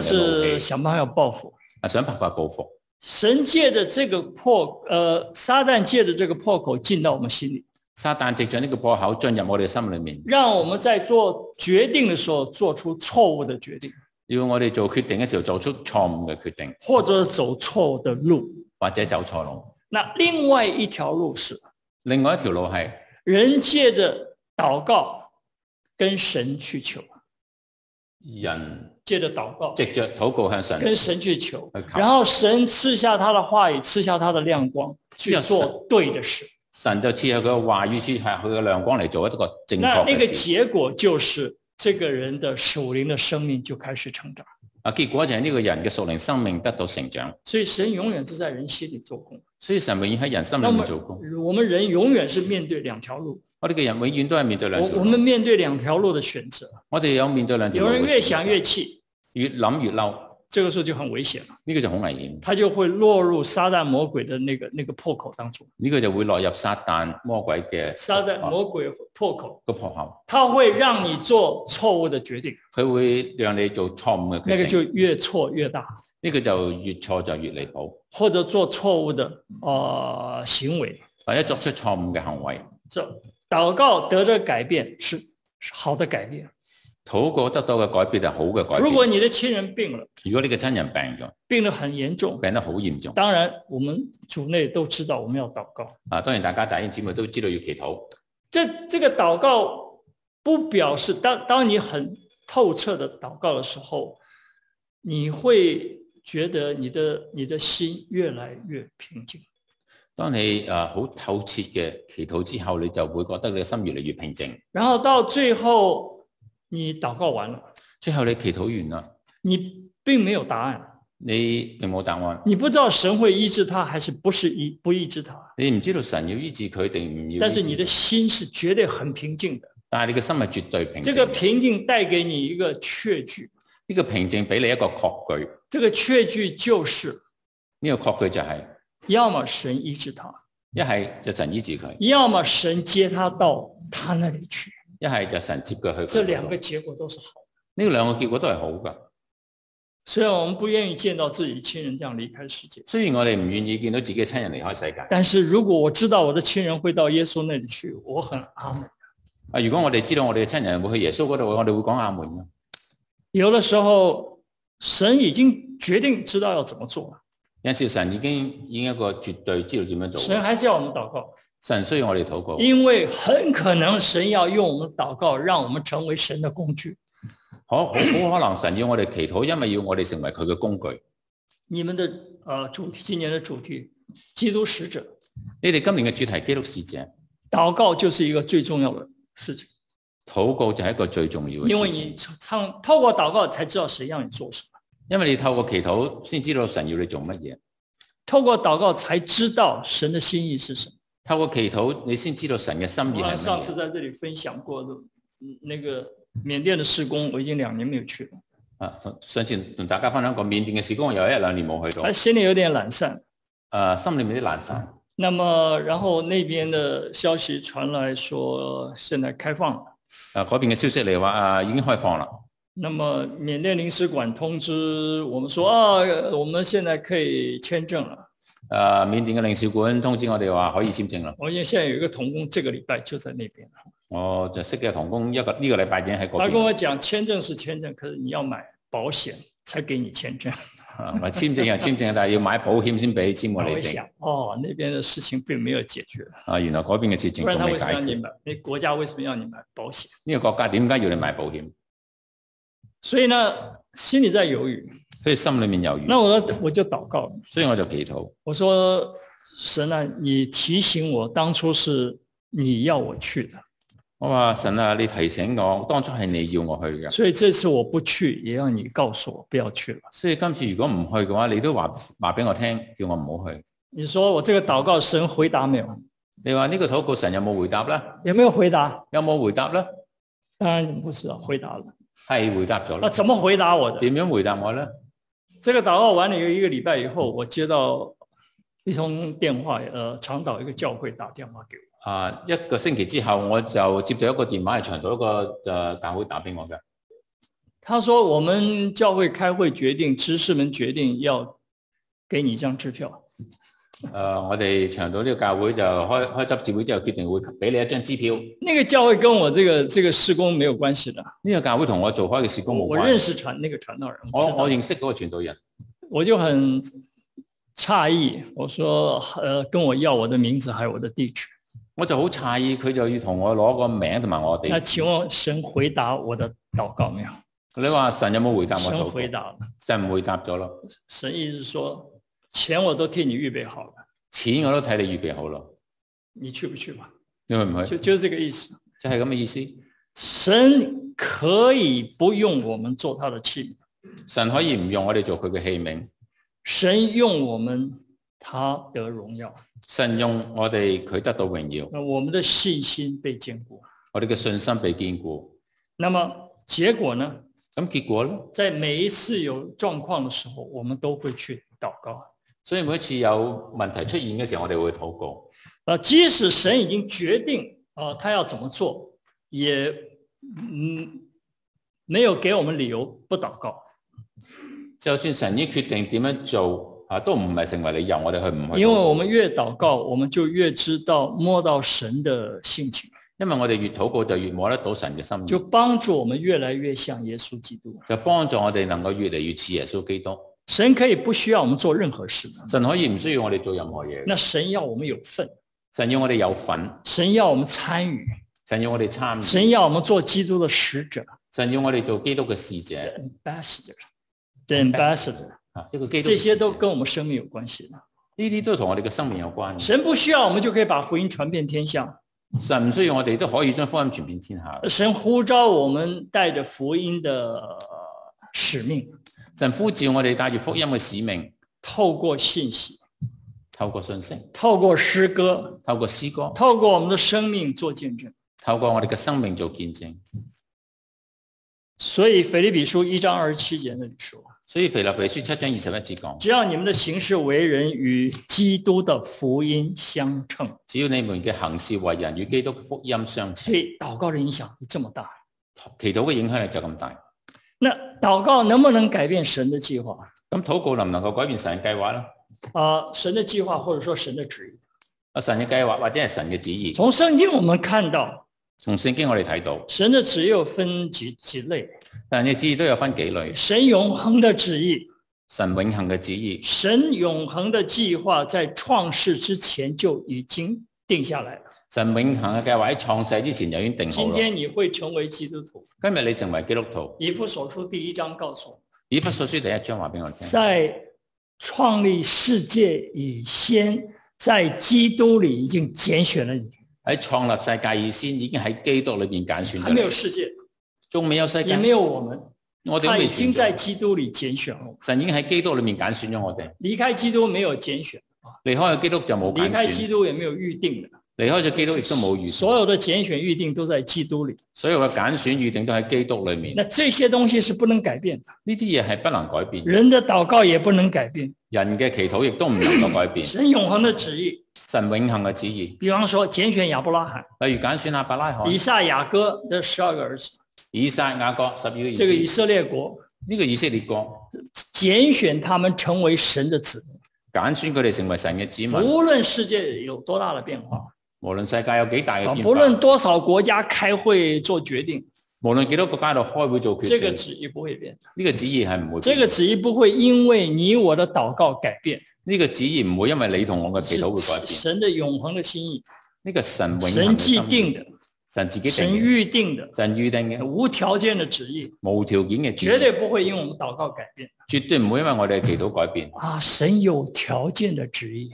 B: 嘅怒氣，
C: 是想辦法要報復。
B: 啊想辦法報復。
C: 神借着这个破，呃，撒旦借着这个破口進到我們心裡，
B: 撒旦藉着呢個破口進入我哋心裏面，
C: 讓我們在做決定的時候做出錯誤的決定，
B: 要我哋做決定嘅時候做出錯誤嘅決定，
C: 或者走錯的路。
B: 或者走錯路。
C: 那另外一條路是，
B: 另外一條路係
C: 人借着禱告跟神去求，
B: 人
C: 借着禱告
B: 藉着禱告向神，
C: 跟神去求
B: 去，靠
C: 然后神赐下他的话语，赐下他的亮光，去
B: 赐下
C: 做對的事。
B: 神就賜下佢嘅話語，賜下佢嘅亮光嚟做一個正
C: 那
B: 確
C: 那个
B: 嘅事。
C: 结果就是这个人的属灵的生命就开始成长。
B: 啊，結果就係呢個人嘅屬靈生命得到成長。
C: 所以神永远是在人心里做工。
B: 所以神永遠喺人心裏
C: 那
B: 面
C: 么
B: 嗯做工。
C: 我们人永远是面对两条路，
B: 我哋嘅人永遠都係面對兩
C: 我
B: 條
C: 我
B: 路
C: 们。面對兩條路的選擇。
B: 我哋有面對兩條
C: 有
B: 路嘅
C: 人越
B: 選擇
C: 想越氣，
B: 越諗越嬲，呢、
C: 這個時候就很危險了，
B: 個就好危險。
C: 他就會落入撒旦魔鬼的那个那个破口当中。
B: 呢、個就會落入撒旦魔鬼嘅
C: 撒旦
B: 啊
C: 魔鬼破口，
B: 個破口，
C: 他會讓你做錯誤的決定，
B: 佢會讓你做錯誤嘅
C: 那個
B: 決定。
C: 就越錯越大，
B: 呢、個就越錯就越離譜，
C: 或者做錯誤的呃行為。
B: 或者作出錯誤嘅行為。
C: 这祷告得着改变是是好的改變。
B: 禱告得到嘅改變係好嘅改變。
C: 如
B: 如
C: 果
B: 果
C: 你的親人病了，
B: 你嘅親人病咗，
C: 病得很嚴重，
B: 病得好嚴重，
C: 當然我們主內都知道我們要禱告。
B: 啊當然大家弟兄姊妹都知道要祈禱。
C: 这这个祷告不表示当当你很透彻的祷告的时候，你会觉得你的你的心越来越平靜。
B: 當你誒好透徹嘅祈禱之後，你就會覺得你嘅心越嚟越平靜。
C: 然後到最後，你禱告完了，
B: 最後你祈禱完啦，
C: 你并沒有答案，
B: 你並冇答案，
C: 你不知道神會醫治他還是不是醫不醫治他，
B: 你唔知道神要醫治佢定唔要醫治佢。
C: 但是你的心是絕對很平靜的。
B: 但係你嘅心係絕對平靜
C: 這
B: 嘅。
C: 個平靜帶給你一個確據，
B: 呢個平靜俾你一個確據，
C: 這個確據就是
B: 呢、個確據就係、
C: 要麼神醫治他，
B: 一係就神醫治佢，
C: 要么神接他到他那里去，
B: 一係就神接佢去佢
C: 这
B: 嗰
C: 两
B: 度
C: 个结果都是好的。
B: 呢兩個結果都係好㗎。
C: 虽然我们不愿意见到自己的亲人这样离开世界，
B: 雖然我哋唔願意見到自己嘅親人離開世界，
C: 但是如果我知道我的亲人会到耶稣那里去，我很阿门。
B: 啊，如果我哋知道我哋嘅親人會去耶穌嗰度，我哋會講阿門㗎。
C: 有的时候，神已经决定知道要怎么做了，
B: 有陣時神已經已經一個絕對知道點樣做
C: 神
B: 㗎。
C: 还是要我们祷告，
B: 神需要我哋禱告，
C: 因为很可能神要用我们祷告，让我们成为神的工具。
B: 可好好可能神要我哋祈禱，因為要我哋成為佢嘅工具。
C: 你们的呃主题，今年的主题，基督使者，
B: 你哋今年嘅主題基督使者，
C: 祷告就是一个最重要的事情，
B: 禱告就係一個最重要
C: 因
B: 嘅
C: 为
B: 事情
C: 你。唱透过祷告才知道神要你做什么，
B: 因為你透過祈禱先知道神要你做乜嘢，
C: 透过祷告才知道神的心意是什么。
B: 透過祈禱你先知道神嘅心意
C: 我
B: 係
C: 上
B: 乜
C: 次
B: 嘢。
C: 在这里分享过的，嗯那个缅甸的施工，我已经两年没有去了，
B: 啊，上上次同大家分享過，緬甸嘅事工有一兩年冇去到
C: 他，心里有点懒散。
B: 啊，心裏面啲難散。
C: 那么，然后那边的消息传来说现在开放了。
B: 啊，嗰邊嘅消息嚟話啊，已經開放啦。
C: 那么缅甸领事馆通知我们说啊，我们现在可以签证了。
B: 啊，緬甸嘅領事館通知我哋話可以簽證啦。
C: 我因为现在有一个童工，这个礼拜就在那边了。
B: 我就識嘅童工一個呢、個禮拜已經喺嗰
C: 他跟
B: 邊，
C: 我讲，签证是签证，可是你要买保险才给你签证。
B: 啊咪簽證又簽證，但係要買保險先俾簽我
C: 我
B: 哋
C: 一
B: 證。
C: 想，哦，那边的事情并没有解决，
B: 啊，原來嗰邊嘅事情
C: 不然
B: 仲
C: 他
B: 未
C: 为什
B: 解
C: 么要你
B: 決。
C: 买？那国家为什么要你买保险？
B: 呢、個國家點解要你買保險？
C: 所以呢，心里在犹豫。
B: 所以心裏面猶豫，
C: 那我呢我就祷告了，
B: 所以我就祈禱。
C: 我说：“神啊，你提醒我，当初是你要我去的，
B: 我話神啊，你提醒我，當初係你要我去嘅，
C: 所以这次我不去，也要你告诉我不要去了。
B: 所以今次如果唔去嘅話，你都話話俾我聽，叫我唔好去。
C: 你说我这个祷告，神回答没有？
B: 你話呢個禱告神有冇回答咧？
C: 有没有回答？
B: 有冇回答咧？
C: 当然你们不知道，回答了。
B: 係回答咗
C: 那
B: 啦。
C: 怎么回答我的？
B: 點樣回答我咧？
C: 这个祷告完了有一个礼拜以后，我接到一通电话，呃，长岛一个教会打电话给我。”
B: 啊，一個星期之後我就接到一個電話，係長島一個誒教會打俾我嘅。
C: 他说：“我们教会开会决定，执事们决定要给你一张支票。
B: 誒、呃我哋長島呢個教會就開開執事會之後，決定會俾你一張支票。呢、
C: 那个教会跟我这个这个施工没有关系的，
B: 個教會同我哦做開嘅事工冇
C: 我
B: 關係。
C: 认识传那个传道人，我
B: 我
C: 知道
B: 我認識嗰個傳道人，
C: 我就很诧异，我说：呃，跟我要我的名字还有我的地址。
B: 我就好詫異，佢就要同我攞個名同埋我
C: 那
B: 哋。
C: 请问神回答我的祷告没有？
B: 你話神有冇回答我
C: 神
B: 禱
C: 回
B: 告？
C: 答了，
B: 神回答咗咯，
C: 神意思是说钱我都替你预备好了，
B: 錢我都睇你預備好咯，
C: 你去不去吧？
B: 你去唔去？
C: 就就是这个意思。
B: 就係咁嘅意思。
C: 神可以不用我们做他的器皿。”
B: 神可以唔用我哋做佢嘅器皿，
C: 神用我们，他得荣耀。
B: 神用我哋佢得到榮耀，
C: 那我们的信心被坚固。
B: 我哋嘅信心被堅固。
C: 那么结果呢？
B: 咁結果咧？
C: 在每一次有状况的时候，我们都会去祷告。
B: 所以每一次有問題出現嘅時候，我哋會禱告。
C: 呃，即使神已经决定啊、呃他要怎么做，也嗯没有给我们理由不祷告，
B: 就算神已經決定點樣做，啊，都唔係成為理由我哋去唔去。
C: 因为我們越祷告，我们就越知道摸到神的性情，
B: 因為我哋越禱告就越摸得到神嘅心意，
C: 就帮助我们越来越像耶稣基督。
B: 就幫助我哋能夠越嚟越似耶穌基督。
C: 神可以不需要我们做任何事的，
B: 神可以唔需要我哋做任何嘢，
C: 那神要我们有份。
B: 神要我哋有份，
C: 神要我们参与，
B: 神要我哋參與，
C: 神要我们做基督的使者
B: 神要我哋做基督嘅使者，
C: （ambassador），the ambassador，
B: 啊，一個基督嘅使者。
C: 这些都跟我们生命有关系的。
B: 呢啲都同我哋嘅生命有關。
C: 神不需要我们就可以把福音传遍天下，
B: 神唔需要我哋都可以將福音傳遍天下。
C: 神呼召我们带着福音的呃使命，
B: 神呼召我哋帶住福音嘅使命，
C: 透过信息，
B: 透過信息，
C: 透过诗歌，
B: 透過詩歌，
C: 透过我们的生命做见证。
B: 透過我哋嘅生命做見證。
C: 所以腓立比书一章二十七节那里说
B: 所以腓立比書一章二十七節所以腓立比書七章二十一節講：
C: 只要你们的行事为人与基督的福音相称。
B: 只要你們嘅行事為人與基督福音相
C: 所
B: 稱，
C: 以祷告的影响力这么大。
B: 祈禱嘅影響力就咁大。
C: 那祷告能不能改变神的计划？
B: 咁禱告能唔能夠改變神嘅計劃咧？
C: 啊、神的计划或者说神的旨意，
B: 啊，神嘅計劃或者係神嘅旨意，
C: 从圣经我们看到，
B: 從聖經我哋睇到，
C: 神的旨意有分几几类：
B: 但係旨意都有分幾類。
C: 神永恒的旨意，
B: 神永恆嘅旨意，
C: 神永恒的计划在创世之前就已经定下来了。
B: 神永恆嘅計劃喺創世之前就已經定好
C: 今
B: 啦。
C: 天你会成为基督徒，
B: 今日你成為基督徒，
C: 以弗所书第一章告诉我们，
B: 以弗所書第一章話俾我聽，
C: 在创立世界以先，在基督里已经拣选了你，
B: 喺創立世界以先已經喺基督裏面揀選
C: 还没有
B: 咗你，
C: 世界，
B: 仲未有世
C: 也
B: 界
C: 没，有我们，
B: 我哋都
C: 他
B: 未
C: 已经
B: 存
C: 在
B: 在。
C: 基督里拣选了我们。
B: 神已經喺基督裏面揀選咗我哋，
C: 离开基督没有拣选，
B: 離開咗基督就冇
C: 离
B: 揀
C: 开
B: 選
C: 基。督也没有预定的。
B: 離開咗基督亦都冇預算，
C: 所有的拣选预定都在基督里。
B: 所有嘅揀選預定都喺基督裏面。
C: 那这些東西是不能改變的，
B: 呢啲嘢係不能改變，
C: 人的禱告也不能改變，
B: 人嘅祈禱亦都唔能夠改變。
C: 神永恒的旨意。
B: 神永恆嘅旨意，
C: 比方說拣选亚伯拉罕、
B: 例如揀選亞伯拉罕
C: 以、撒、雅各的十二个儿子，
B: 以撒、雅各十二個兒
C: 这个以
B: 子，
C: 色列国
B: 呢個以色列國
C: 拣选他们成为神的子民。
B: 揀選佢哋成為神嘅子民，
C: 无論世界有多大的變化，
B: 無論世界有幾大嘅
C: 啊，
B: 變
C: 不論
B: 化，
C: 多少國家開會做決定，
B: 無論幾多國家喺度開會做決
C: 這個
B: 定，
C: 旨意不會變，
B: 呢個旨意係唔會
C: 這個
B: 變。
C: 旨意不會因為你我的禱告改變。
B: 呢個旨意唔會因為你同我嘅祈
C: 是
B: 禱會改變。
C: 神的永恒的心意，
B: 呢個神永恆
C: 神
B: 嘅
C: 既
B: 心意
C: 定的，
B: 神自己定
C: 神
B: 嘅，
C: 预定的，
B: 神預定嘅，
C: 无条件的旨意，
B: 無條件嘅旨
C: 绝
B: 意，
C: 对不会因为我们祷告改变
B: 絕對唔會因為我哋嘅祈禱改變。
C: 啊！神有条件的旨意，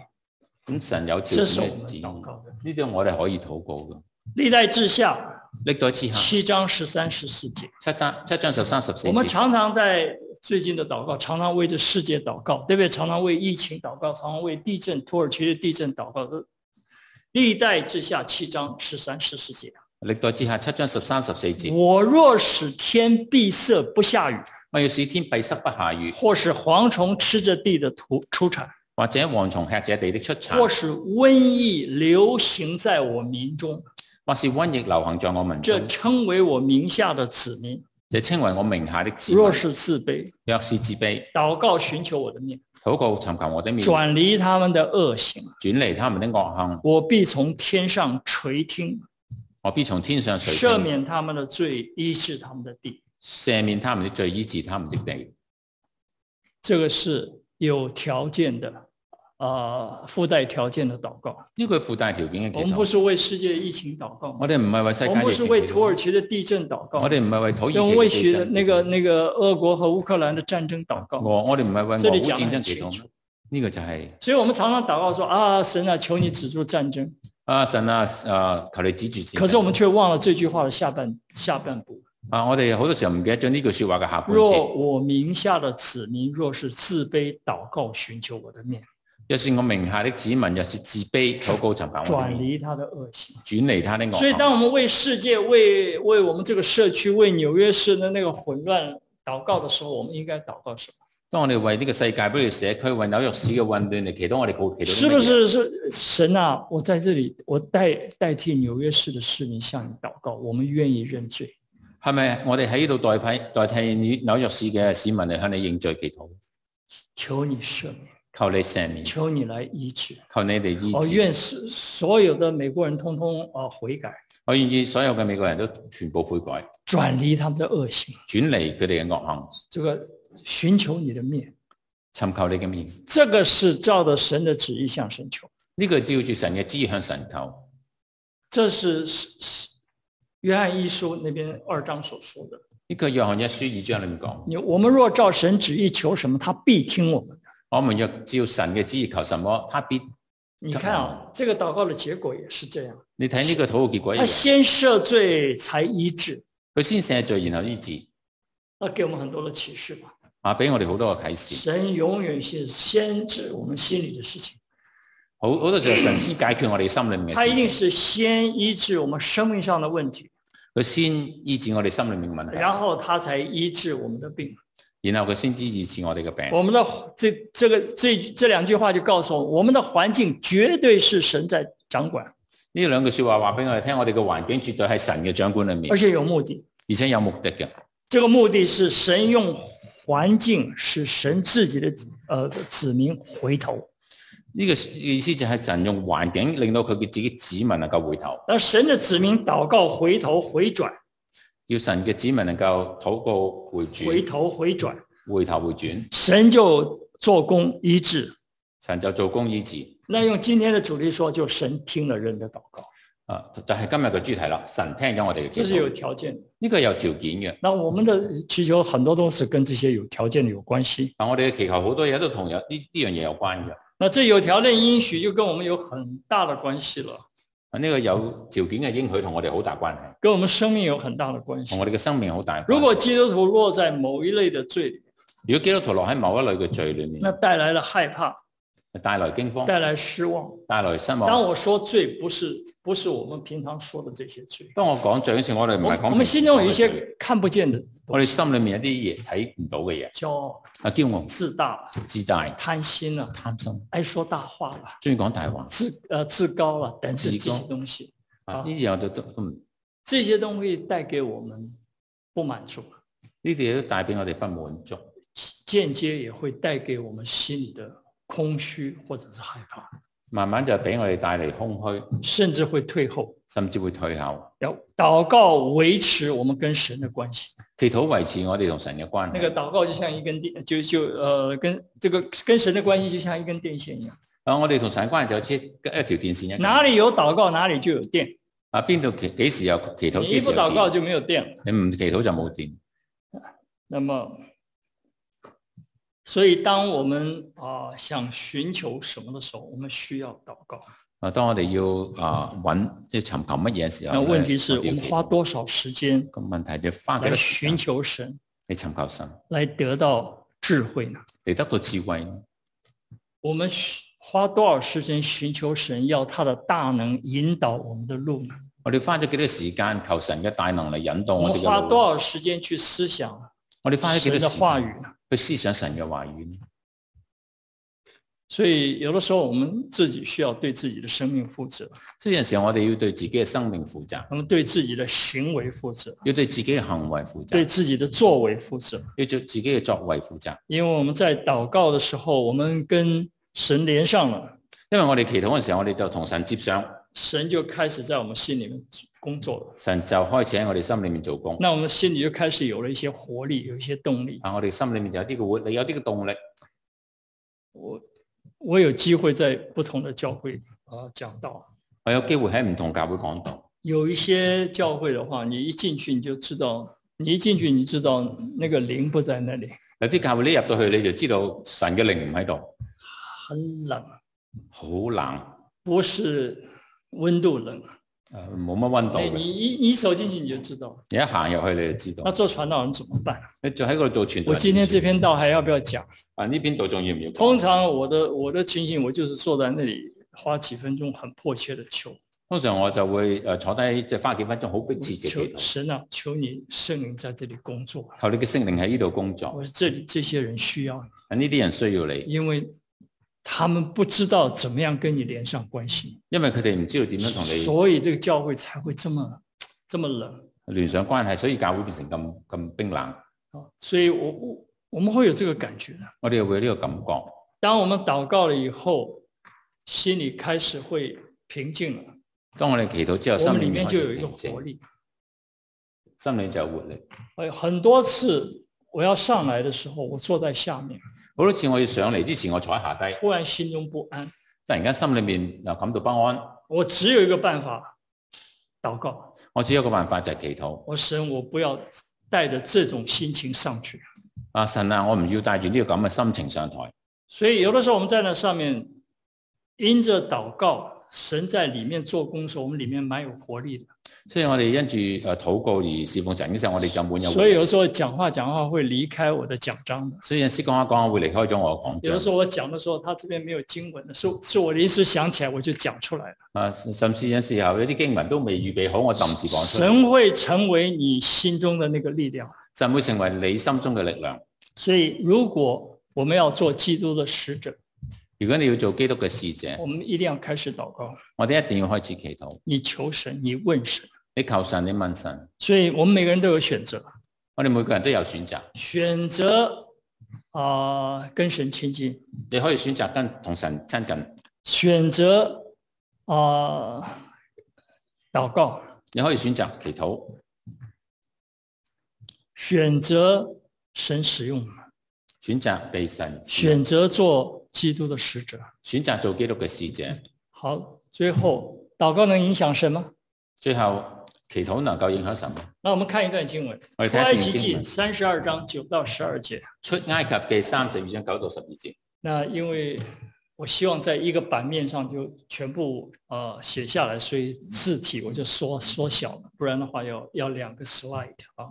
B: 咁神有條
C: 这
B: 件
C: 是我们
B: 嘅旨意，
C: 祷
B: 呢
C: 告的。
B: 啲我哋可以禱告嘅。
C: 历代志下
B: 歷代之下
C: 七章十三、十四节，
B: 七章七章十三十四
C: 我们
B: 節，
C: 常常在最近的祷告，常常为这世界祷告，对不对？常常为疫情祷告，常常为地震、土耳其的地震祷告。呃历代志下七章十三、十四节，
B: 歷代之下七章十三十四節，
C: 我若使天闭塞不下雨，
B: 我要使天閉塞不下雨，
C: 或使蝗虫吃着地的土出产，
B: 或者蝗蟲吃這地的出
C: 或
B: 產，
C: 使瘟疫流行在我民中，
B: 或是瘟疫流行在我民
C: 这
B: 中，
C: 称为我名下的子民。
B: 這稱為我名下的子民
C: 若。是自卑，
B: 若是自卑，
C: 祷告寻求我的面，
B: 禱告尋求我的面，轉
C: 转离他们的恶行，
B: 離他們的惡行，
C: 我必从天上垂听，
B: 我必從天上垂
C: 赦
B: 聽，
C: 免他们的罪，医治他们的地。
B: 赦免他們的罪，醫治他們的地。
C: 这个是有條件的，呃，附带条件的祷告。
B: 呢個附帶條件嘅
C: 我
B: 祈
C: 們
B: 禱。
C: 不是为世界疫情祷告，
B: 我哋唔係為世界
C: 我們不
B: 嘅
C: 是
B: 祈
C: 为土
B: 禱
C: 耳，其的地震祷告
B: 我，哋唔係為土
C: 跟为
B: 耳其
C: 许
B: 嘅地震
C: 那个那个俄国和乌克兰的战争祷告，
B: 我我哋唔係為
C: 这
B: 俄
C: 里
B: 烏
C: 讲得
B: 戰
C: 很
B: 爭祈禱
C: 清楚。。
B: 呢個就係
C: 所以我们常常祷告说啊，神啊，求你止住战争。
B: 啊神啊啊求你指住自己
C: 可是我们却忘了这句话的下半下半部：
B: 啊我哋好多時候唔記得咗呢句説話嘅下半節。
C: 若我名下的子民若是自卑祷告，寻求我的面，
B: 若是我名下的子民，若是自卑禱告尋求我的
C: 转
B: 面，
C: 离他的恶行。
B: 轉離他的
C: 所以，
B: 惡
C: 当
B: 行。
C: 我们为世界、为为我们这个社区、为纽约市的那个混乱祷告的时候，我们应该祷告什么？
B: 當我哋為呢個世界、不如社區、為紐約市嘅混亂嚟祈禱，我哋好祈
C: 是
B: 禱啲
C: 不
B: 乜嘢？
C: 是是神啊？我在这里，我代代替纽约市的市民向你祷告，我们愿意认罪。
B: 係咪我哋喺呢度代替代替紐約市嘅市民嚟向你認罪祈禱？
C: 求你赦免，
B: 求你赦免，
C: 求你来医治。
B: 求你哋醫
C: 哦，
B: 嗯治。
C: 愿是所有的美国人通通呃悔改，
B: 我願意所有嘅美國人都全部悔改，
C: 转离他们的恶行，
B: 轉離佢哋嘅惡行，
C: 这个寻求你的面，
B: 尋求你嘅面。
C: 这个是照着神的旨意向神求，
B: 呢、個照住神嘅旨意向神求，
C: 这是是是约翰一书那边二章所说的。
B: 呢、個約翰一書二章裏面講：
C: 你我们若照神旨意求什么，他必听我们的。
B: 我們若照神嘅旨意求什麼，他必。
C: 你看啊，这个祷告的结果也是哦这样，
B: 你睇呢個禱告結果一
C: 他
B: 樣，
C: 先赦罪才医治，
B: 佢先赦罪，然後醫治，
C: 那给我们很多的启示吧。
B: 啊，俾我哋好多嘅啟示。
C: 神永远是先知我们心里的事情，
B: 好好多時候神先解決我哋心裏面
C: 他一
B: 嘅
C: 定
B: 事情，
C: 是先医治我们生命上的问题，啊
B: 佢先醫治我哋心裏面嘅問題，
C: 然后他才医治我们的病。
B: 然後佢先知醫治我哋嘅病。
C: 我们的这这个这这两句话就告诉我们，我们的环境绝对是神在掌管，
B: 呢兩句说話話俾我哋聽，我哋嘅環境絕對係神嘅掌管裏面
C: 而，且有目的。
B: 而且有目的嘅。
C: 这个目的是神用环境使神自己的呃子民回头，
B: 呢、個意思就係神用環境令到佢嘅自己子民能夠回頭，
C: 而神的子民祷告回头回转，
B: 要神嘅子民能夠禱告回
C: 回
B: 轉，
C: 头回转，
B: 回頭回轉，
C: 神就做工医治。
B: 神就做工醫治。
C: 那用今天的主题说，就神听了人的祷告，
B: 啊，就係、今日嘅主題啦。神聽咗我哋嘅
C: 这
B: 祈
C: 是有
B: 禱，
C: 条件的。
B: 呢個係有條件嘅。
C: 那我们的祈求很多都是跟这些有条件的有关系。
B: 啊，我哋嘅祈求好多嘢都同有呢呢樣嘢有關嘅。
C: 那这有条件应许就跟我们有很大的关系了，
B: 啊，呢、個有條件嘅應許同我哋好大關係，
C: 跟我们生命有很大的关系
B: 同。我哋嘅生命好大關係。
C: 如果基督徒落在某一类的罪里，
B: 如果基督徒落喺某一類嘅罪裏面
C: 那，带来了害怕，
B: 帶來驚慌，
C: 带来失望。
B: 帶來失望。
C: 当我说罪，不是不是我们平常说的这些罪，
B: 當我講罪嗰時，我哋唔
C: 我
B: 係講
C: 我们心中有一
B: 平常嘅罪
C: 些看不见的
B: 我哋心裏面有啲嘢睇唔到嘅嘢，
C: 骄傲、
B: 啊，驕傲、
C: 自大、
B: 自大、
C: 贪心了、
B: 貪心，
C: 爱说大话了、
B: 中意講大話，
C: 自呃自高了等等
B: 自
C: 这
B: 高
C: 些东西，
B: 啊，
C: 啊
B: 呢啲嘢我哋都都唔，呢
C: 这些东西带给我们不满足，
B: 啲嘢都帶俾我哋不滿足，
C: 间接也会带给我们心里的空虚或者是害怕，
B: 慢慢就俾我哋帶嚟空虛，
C: 甚至会退后。
B: 甚至會退後。
C: 要祷告维持我们跟神的关系。
B: 祈禱維持我哋同神嘅關
C: 那
B: 係。
C: 个祷告就像一根电，就就呃，跟这个跟神的关系就像一根电线一样，
B: 啊，我哋同神關係就好似一條電線一樣。
C: 哪里有禱告哪里就有电，
B: 啊，邊度祈幾時有祈禱，
C: 你
B: 幾
C: 一
B: 時
C: 不
B: 有
C: 祷告
B: 電？
C: 就没有电了。
B: 你唔祈禱就冇電。
C: 那么，所以当我们啊、想寻求什么的时候，我们需要祷告。
B: 啊，當我哋要啊揾即係尋求乜嘢嘅時候
C: 那
B: 呢，
C: 问题是
B: 我
C: 我
B: 哋要
C: 们
B: 祈
C: 花
B: 禱
C: 多少时间
B: 咁問題就花幾
C: 来
B: 多時間
C: 寻求神，
B: 你尋求神，
C: 来得到智慧呢？
B: 你得到智慧，
C: 我们需花多少时间寻求神，要他的大能引导我们的路呢？
B: 我哋花咗幾多時間求神嘅大能嚟引導
C: 我
B: 我
C: 们
B: 哋
C: 花
B: 嘅哦路
C: 多？少时间去思想
B: 我哋花咗幾
C: 神
B: 多
C: 的
B: 時
C: 话语
B: 間
C: 呢？
B: 去思想神嘅話語？
C: 所以有的时候我们自己需要对自己的生命负责，
B: 所以有時候我哋要對自己嘅生命負責，
C: 我们对自己的行为负责，
B: 要對自己嘅行為負
C: 对
B: 責，
C: 自己的作为负责。
B: 要對自己嘅作為負責。
C: 因为我们在祷告的时候，我们跟神连上了，
B: 因為我哋祈禱嘅時候，我哋就同神接上，
C: 神就开始在我们心里面工作了。
B: 神就開始喺我哋心裏面做工。
C: 那我们心里就开始有了一些活力，有一些动力。
B: 啊，我哋心裏面就有啲嘅活力，有啲嘅動力。
C: 我我有机会在不同的教会啊、讲到，
B: 我有機會喺唔同教會講道。
C: 有一些教会的话，你一进去你就知道，你一进去你知道那个灵不在那里，
B: 有啲教會你入到去，你就知道神嘅靈唔喺度，
C: 很冷，啊
B: 好冷，啊
C: 不是温度冷，
B: 呃冇乜温度
C: 哎，
B: 嘅。
C: 你一你一走进去你就知道了。
B: 你一行入去你就知
C: 那
B: 道，
C: 做传道人怎么办？
B: 你就喺嗰度做傳道
C: 我
B: 人。
C: 今天這篇道还要不要讲？
B: 啊呢邊度仲要唔要講？
C: 通常我的我的情形，我就是坐在那里花几分鐘，很迫切的求
B: 通常我就會誒坐低，即係花幾分鐘，好迫切嘅祈
C: 求
B: 禱，
C: 神啊，求你聖靈在这里工作。
B: 求你嘅聖靈喺呢度工作。啊
C: 我这里这些人需要你，
B: 呢啲人需要你，
C: 因為他们不知道怎么樣跟你連上關係，
B: 因為佢哋唔知道點樣同
C: 所以這個教會才會這麼这么冷
B: 你聯上關係，所以教會變成咁咁冰冷。
C: 啊。所以我我我們會有這個感覺的。
B: 我哋又會有呢個感覺。
C: 当我們禱告了以後，心里開始會平靜了，
B: 當我哋祈禱之後，
C: 我
B: 心
C: 們
B: 裏
C: 里
B: 面
C: 面
B: 開
C: 就有
B: 始
C: 一
B: 平
C: 個
B: 靜，
C: 活力。
B: 心裏就有活力。
C: 哎，很多次我要上來的時候，我坐在下面，
B: 好多次我要上嚟之前，我坐喺下低，
C: 突然心中不安。
B: 突然間心裏面又感到不安。
C: 我只有一個辦法，禱告。
B: 我只有一個辦法就係祈禱。
C: 我神，我不要帶着這種心情上去。
B: 啊神啊，我唔要帶住呢個咁嘅心情上台。
C: 所以有的時候我們在那上面，因着禱告，神在裡面做工的時候，我們裡面蠻有活力的。
B: 所以我哋因住誒禱告而侍奉神嘅時候，我哋就滿有活
C: 所以
B: 力。
C: 有的時候講話講話會離開我的講章的。
B: 所以有時講下講下會離開咗我嘅
C: 有
B: 講
C: 的時
B: 章。
C: 候我講的時候，他這邊沒有經文的，是是我臨時想起來我就講出來了。
B: 啊，甚至有時候有啲經文都未預備好，我臨時講出嚟。
C: 神會成為你心中的那個力量。
B: 神會成為你心中嘅力量。
C: 所以，如果我们要做基督的使者，
B: 如果你要做基督嘅使者
C: 我，们一定要开始祷告。
B: 我哋一定要開始祈禱。
C: 你求神，你问神。
B: 你求神，你問神。
C: 所以我们每个人都有选择，
B: 我哋每個人都有選擇，
C: 选择啊、呃跟神亲近，
B: 你可以選擇跟同神親近，
C: 选择啊、呃祷告，
B: 你可以選擇祈禱，
C: 选择神使用，
B: 選擇被神使用
C: 选择做基督的使者。
B: 選擇做基督嘅使者。
C: 好，最后祷告能影响神吗？
B: 最後祈禱能夠影響神。
C: 那我们看一段经文，
B: 我们
C: 《出
B: 看
C: 埃
B: 一段
C: 及
B: 哎经
C: 记》
B: 文
C: 三十二章九到十二节。
B: 出埃及嘅三十二章九到十二節，
C: 那因为我希望在一个版面上就全部呃写下来，所以字体我就缩缩小了，不然的话要要两个 slide 啊。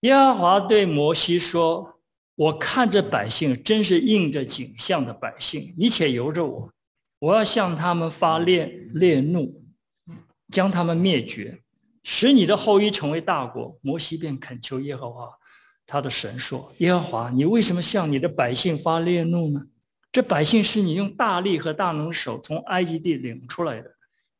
C: 耶和华对摩西说：“我看这百姓真是应着景象的百姓，你且由着我，我要向他们发烈烈怒，将他们灭绝，使你的后裔成为大国。”摩西便恳求耶和华他的神说：“耶和华，你为什么向你的百姓发烈怒呢？这百姓是你用大力和大能手从埃及地领出来的，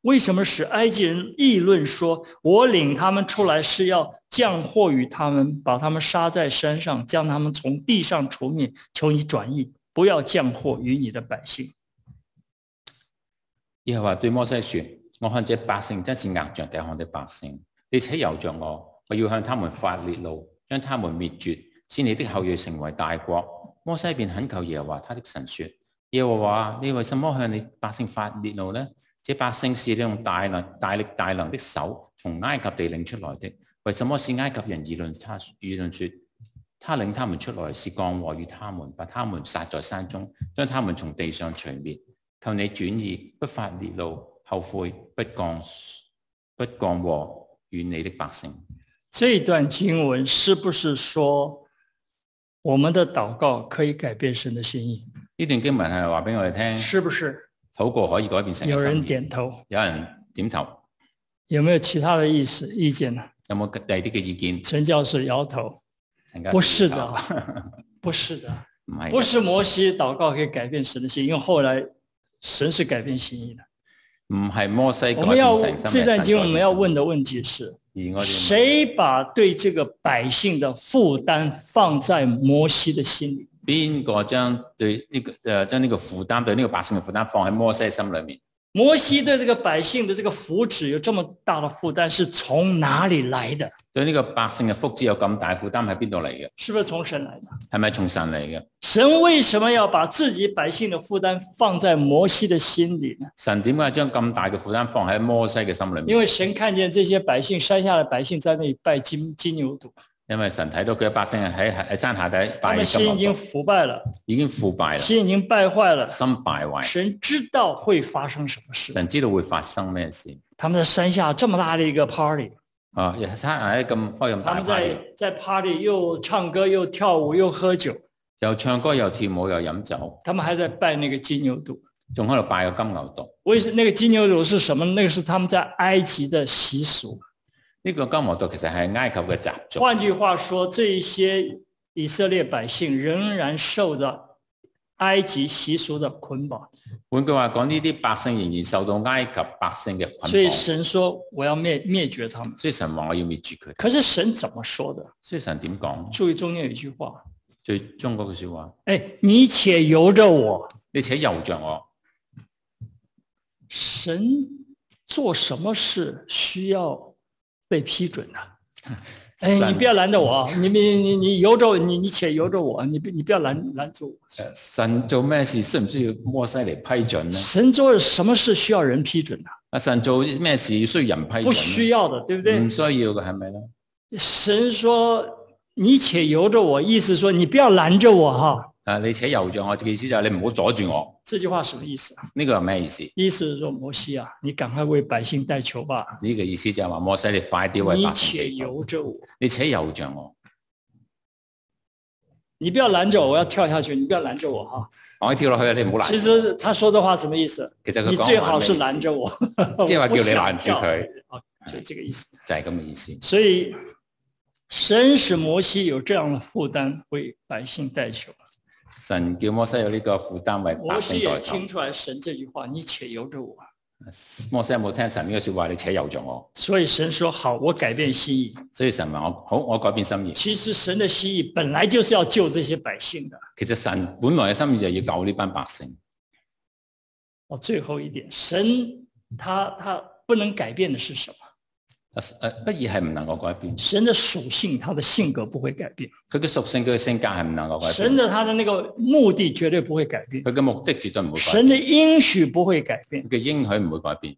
C: 为什么使埃及人议论说，我领他们出来是要降祸于他们，把他们杀在山上，将他们从地上除灭？求你转意，不要降祸于你的百姓。”
B: 耶和華對摩西說：我看這百姓真是硬像地看的百姓，你且由着我，我要向他們發烈怒，將他們滅絕，使你的後裔成為大國。摩西便懇求耶和華他的神說：耶和華啊，你為什麼向你百姓發烈怒呢？這百姓是你用大能、大力、大能的手從埃及地領出來的，為什麼使埃及人議論他議論說他領他們出來是降禍與他們，把他們殺在山中，將他們從地上除滅？求你轉意，不發烈怒，後悔，不降不降禍與你的百姓。
C: 这段经文是不是说，我们的祷告可以改变神的心意？
B: 呢段经文係話俾我哋聽，
C: 是不是？
B: 禱告可以改變成
C: 有
B: 嘅
C: 人
B: 心
C: 点
B: 意。
C: 头，
B: 有人點頭，
C: 有没有其他的意思意见呢？
B: 有冇第二啲嘅意見？
C: 陈教授摇头，
B: 陳家
C: 不是的
B: 點頭
C: 不是的，
B: 唔係
C: 不
B: 嘅，
C: 是摩西祷告可以改变神的心，因为后来神是改变心意的。
B: 唔係摩西改
C: 我们
B: 變
C: 要
B: 成心
C: 这段经文我们要问
B: 到，
C: 的问题是：
B: 而我哋
C: 谁把对这个百姓的负担放在摩西的心里？
B: 邊個將對呢、個誒、呃、將呢個負擔對呢個百姓嘅負擔放喺摩西心裏面？
C: 摩西对这个百姓的这个福祉有这么大的负担，是从哪里来的？
B: 對呢個百姓嘅福祉有咁大負擔喺邊度嚟嘅？
C: 是不是从神来的？
B: 係咪從神嚟嘅？
C: 神为什么要把自己百姓的负担放在摩西的心里呢？
B: 神點解將咁大嘅負擔放喺摩西嘅心裏面？
C: 因为神看见这些百姓山下的百姓在那里拜金金牛犊，
B: 因為神睇到佢嘅百姓係喺喺喺山下底
C: 他
B: 拜
C: 们
B: 金牛
C: 啊心已经
B: 犢
C: 腐败了，
B: 已經腐敗啦，
C: 心已经败坏了。
B: 心敗壞。
C: 神知道会发生什么事。
B: 神知道會發生咩事
C: 他们在山下这么大的一个 party，
B: 啊！山下底咁開咁
C: 他
B: 大 party，
C: 们在在 party 又唱歌又跳舞又喝酒，
B: 又唱歌又跳舞又飲酒，
C: 他们还在拜那个金牛犊。
B: 仲喺度拜個金牛犢。
C: 为什那个金牛犊是什么？那个是他们在埃及的习俗。
B: 呢、個金牛犢其實係埃及嘅習俗。
C: 换句话说，这一些以色列百姓仍然受着埃及习俗的捆绑，
B: 換句話講，呢啲百姓仍然受到埃及百姓嘅捆
C: 所以
B: 綁，
C: 神說我要灭灭绝他们。
B: 所以神話我要滅絕佢。
C: 可是神怎么说的？
B: 所以神點講？
C: 注意中间有一句话：
B: 最終嗰句説話：
C: 哎，你且由着我。
B: 你且由着我。
C: 神做什么事需要被批准的？哎，
B: 神
C: 你不要拦着我啊，你你你你由着我你，你且由着我，你不你不要拦拦住我。
B: 呃神做咩事需唔需要摩西嚟批准呢？
C: 神做什么事需要人批准的？
B: 阿神做咩事需要人批准呢？
C: 不需要的，对不对？
B: 唔需要嘅係咪咧？
C: 神说：“你且由着我。”意思说你不要拦着我哈。
B: 啊，你且由着我，嘅意思就係你唔好阻住我。
C: 这句话什么意思啊？
B: 呢、個係咩意思？
C: 意思是说摩西啊，你赶快为百姓代求吧。
B: 呢、個意思就係話摩西，你快啲為
C: 你
B: 百姓
C: 且
B: 祈禱，
C: 由着我，
B: 你且由着我，
C: 你不要拦着我，我要跳下去，你不要拦着我哈。
B: 我一跳落去你唔好攔。
C: 其实他说的话什么意思？
B: 其實佢
C: 你
B: 講
C: 最好
B: 話
C: 是
B: 咩
C: 拦
B: 意
C: 着 我，
B: 即係話叫你
C: 我不想哦
B: 拦住佢
C: 跳啊，就这个意思。
B: 思就係咁嘅意思。
C: 所以神使摩西有这样的负担，为百姓代求。
B: 神叫摩西有呢個負擔為
C: 摩
B: 百
C: 西
B: 姓代
C: 也
B: 求。
C: 听出来神這句話，你且由着我。
B: 摩西冇聽神呢個说話，你且由着我。
C: 所以神说好，我改变心意。
B: 所以神話我好，我改變心意。
C: 其实神的心意本来就是要救这些百姓的。
B: 其實神本來嘅心意就係要救呢班百姓。
C: 哦，最后一点，神他他不能改变的是什么？
B: 诶，呃不義係唔能夠改變，
C: 神的属性，他的性格不会改变；
B: 佢嘅屬性、佢嘅性格係唔能夠改
C: 神
B: 變，
C: 的他的那个目的绝对不会改变；
B: 佢嘅目的絕對唔會改
C: 神的
B: 變，
C: 应许不会改变
B: 佢。嘅應許唔會改變。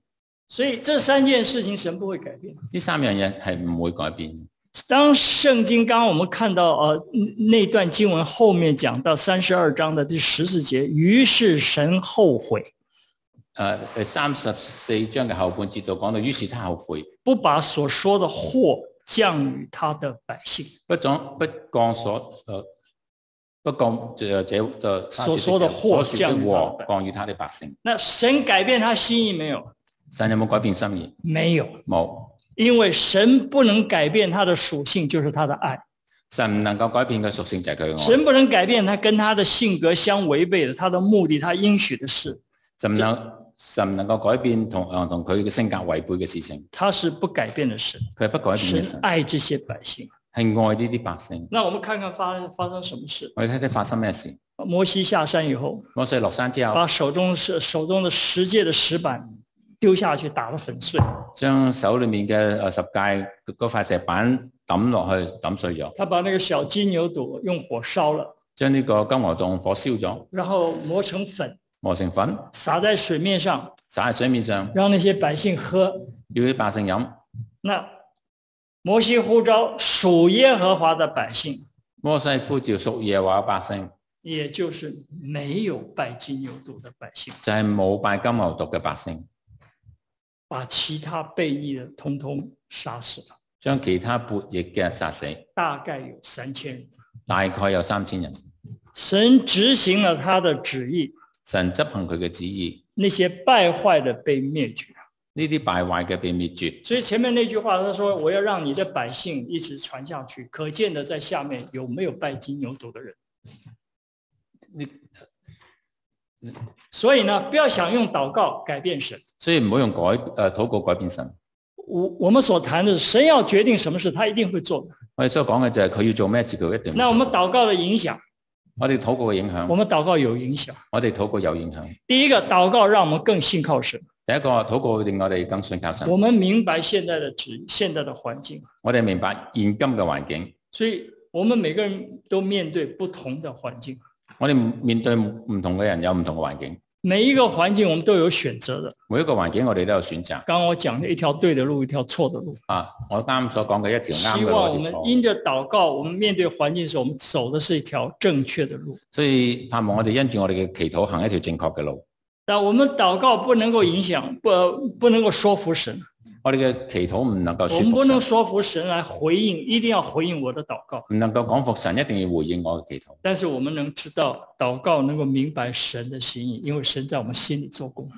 C: 所以这三件事情，神不会改变。
B: 呢三樣嘢係唔會改變嘅。
C: 当圣经刚刚我们看到呃那段经文后面讲到三十二章的第十四节，于是神后悔，
B: 誒呃第三十四章嘅後半節度講到，於是他後悔，
C: 不把所说的祸降于他的百姓。
B: 不降不降所誒不降就這就
C: 所說的禍
B: 所說的
C: 降於他的
B: 禍降於他的百姓。
C: 那神改变他心意没有？
B: 神有冇改變心意？
C: 没有，
B: 冇。
C: 因为神不能改变他的属性，就是他的爱；
B: 神唔能夠改變嘅屬性就係佢嘅愛。
C: 神不能改变他跟他的性格相违背的、他的目的、他应许的事，
B: 神唔能神唔能夠改變同誒同佢嘅性格違背嘅事情，
C: 他是不改变的神。
B: 佢係不改變嘅
C: 神
B: 神，係
C: 爱这些百姓。
B: 愛呢啲百姓。
C: 那我们看看发发生什么事。
B: 我哋睇睇發生咩事。
C: 摩西下山以后，
B: 摩西落山之後，
C: 把手中是手中的十诫的石板丢下去，打得粉碎。
B: 將手裏面嘅誒十戒嗰塊石板抌落去，抌碎咗，
C: 他把那个小金牛犊用火烧了，
B: 將呢個金牛洞火燒咗，
C: 然后磨成粉，
B: 磨成粉，
C: 撒在水面上，
B: 灑喺水面上，
C: 让那些百姓喝。
B: 要啲百姓飲。
C: 那摩西呼召属耶和华的百姓，
B: 摩西呼召屬耶和華百姓，
C: 也就是没有拜金牛犊的百姓，
B: 就係、冇拜金牛犢嘅百姓，
C: 把其他被役的通通杀死了，
B: 將其他叛逆嘅殺死，
C: 大概有三千人。
B: 大概有三千人。
C: 神执行了他的旨意，
B: 神執行佢嘅旨意，
C: 那些败坏的被灭绝。
B: 呢啲敗壞嘅被滅絕。
C: 所以前面那句话，他说：“我要让你的百姓一直传下去。”可见的，在下面有没有拜金牛犊的人？
B: 呢
C: 所以呢，不要想用祷告改变神。
B: 所以唔好用改誒禱告改變神。
C: 我我们所谈的是，神要决定什么事，他一定会做的。
B: 我哋所講嘅就係佢要做咩事，佢一定會做。
C: 那我们祷告的影响，
B: 我哋禱告嘅影響
C: 我。们祷告有影响。
B: 我哋禱告有影響。
C: 第一个，禱告让我们更信靠神，
B: 第一個禱告令我哋更信靠神
C: 我。们明白現在的指現在的环境，
B: 我哋明白現今嘅環境，
C: 所以我们每个人都面对不同的环境，
B: 我哋面對唔同嘅人有唔同嘅環境，
C: 每一个环境我们都有选择的。
B: 每一個環境我哋都有選擇。
C: 刚刚我讲的一条對的路，一条错的路。
B: 啊，我啱所講嘅一條啱
C: 希
B: 嘅
C: 望
B: 路，
C: 我
B: 一
C: 们
B: 條錯。
C: 因着祷告，我们面对环境的时候，我们走的是一条正确的路。
B: 所以盼望我哋因住我哋嘅祈禱行一條正確嘅路。
C: 但我们祷告不能够影响，不不能够说服神，
B: 我哋嘅祈禱唔能夠
C: 我
B: 說
C: 们
B: 服
C: 不能
B: 神，
C: 说服神来回应，一定要回应我的祷告。
B: 唔能夠講服神，一定要回應我嘅祈禱。
C: 但是我们能知道，祷告能够明白神的心意，因为神在我们心里做工。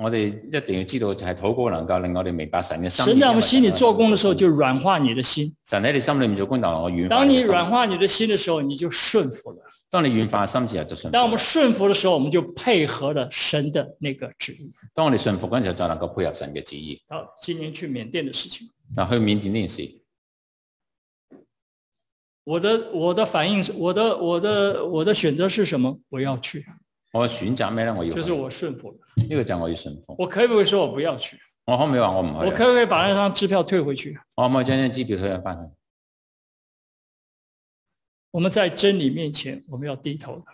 B: 我哋一定要知道，就係禱告能夠令我哋明白神嘅心意。
C: 神在我们心里
B: 因為
C: 做工的时候，
B: 神
C: 就软化你的心。
B: 神喺你心裏面做工，但我軟化
C: 当
B: 你
C: 你
B: 嘅心。
C: 软化你的心的时候，你就顺服了。
B: 當你軟化心之後，就信服。
C: 当我们顺服的时候，我们就配合了神的那个旨意。
B: 當我哋信服嗰陣時候，就能夠配合神嘅旨意。
C: 好，今年去缅甸的事情。
B: 嗱，去緬甸呢件事，
C: 我的我的反应是，我的我的我的选择是什么？我要去，啊
B: 我選擇咩咧？我要去
C: 就是我信服了。
B: 呢個就係我要信服。
C: 我可不可以说我不要去？
B: 我可唔可以話我唔
C: 我
B: 去啊？
C: 可不可以把那张支票退回去？啊
B: 我可唔可以將張支票退翻去？
C: 我们在真理面前，我们要低头的。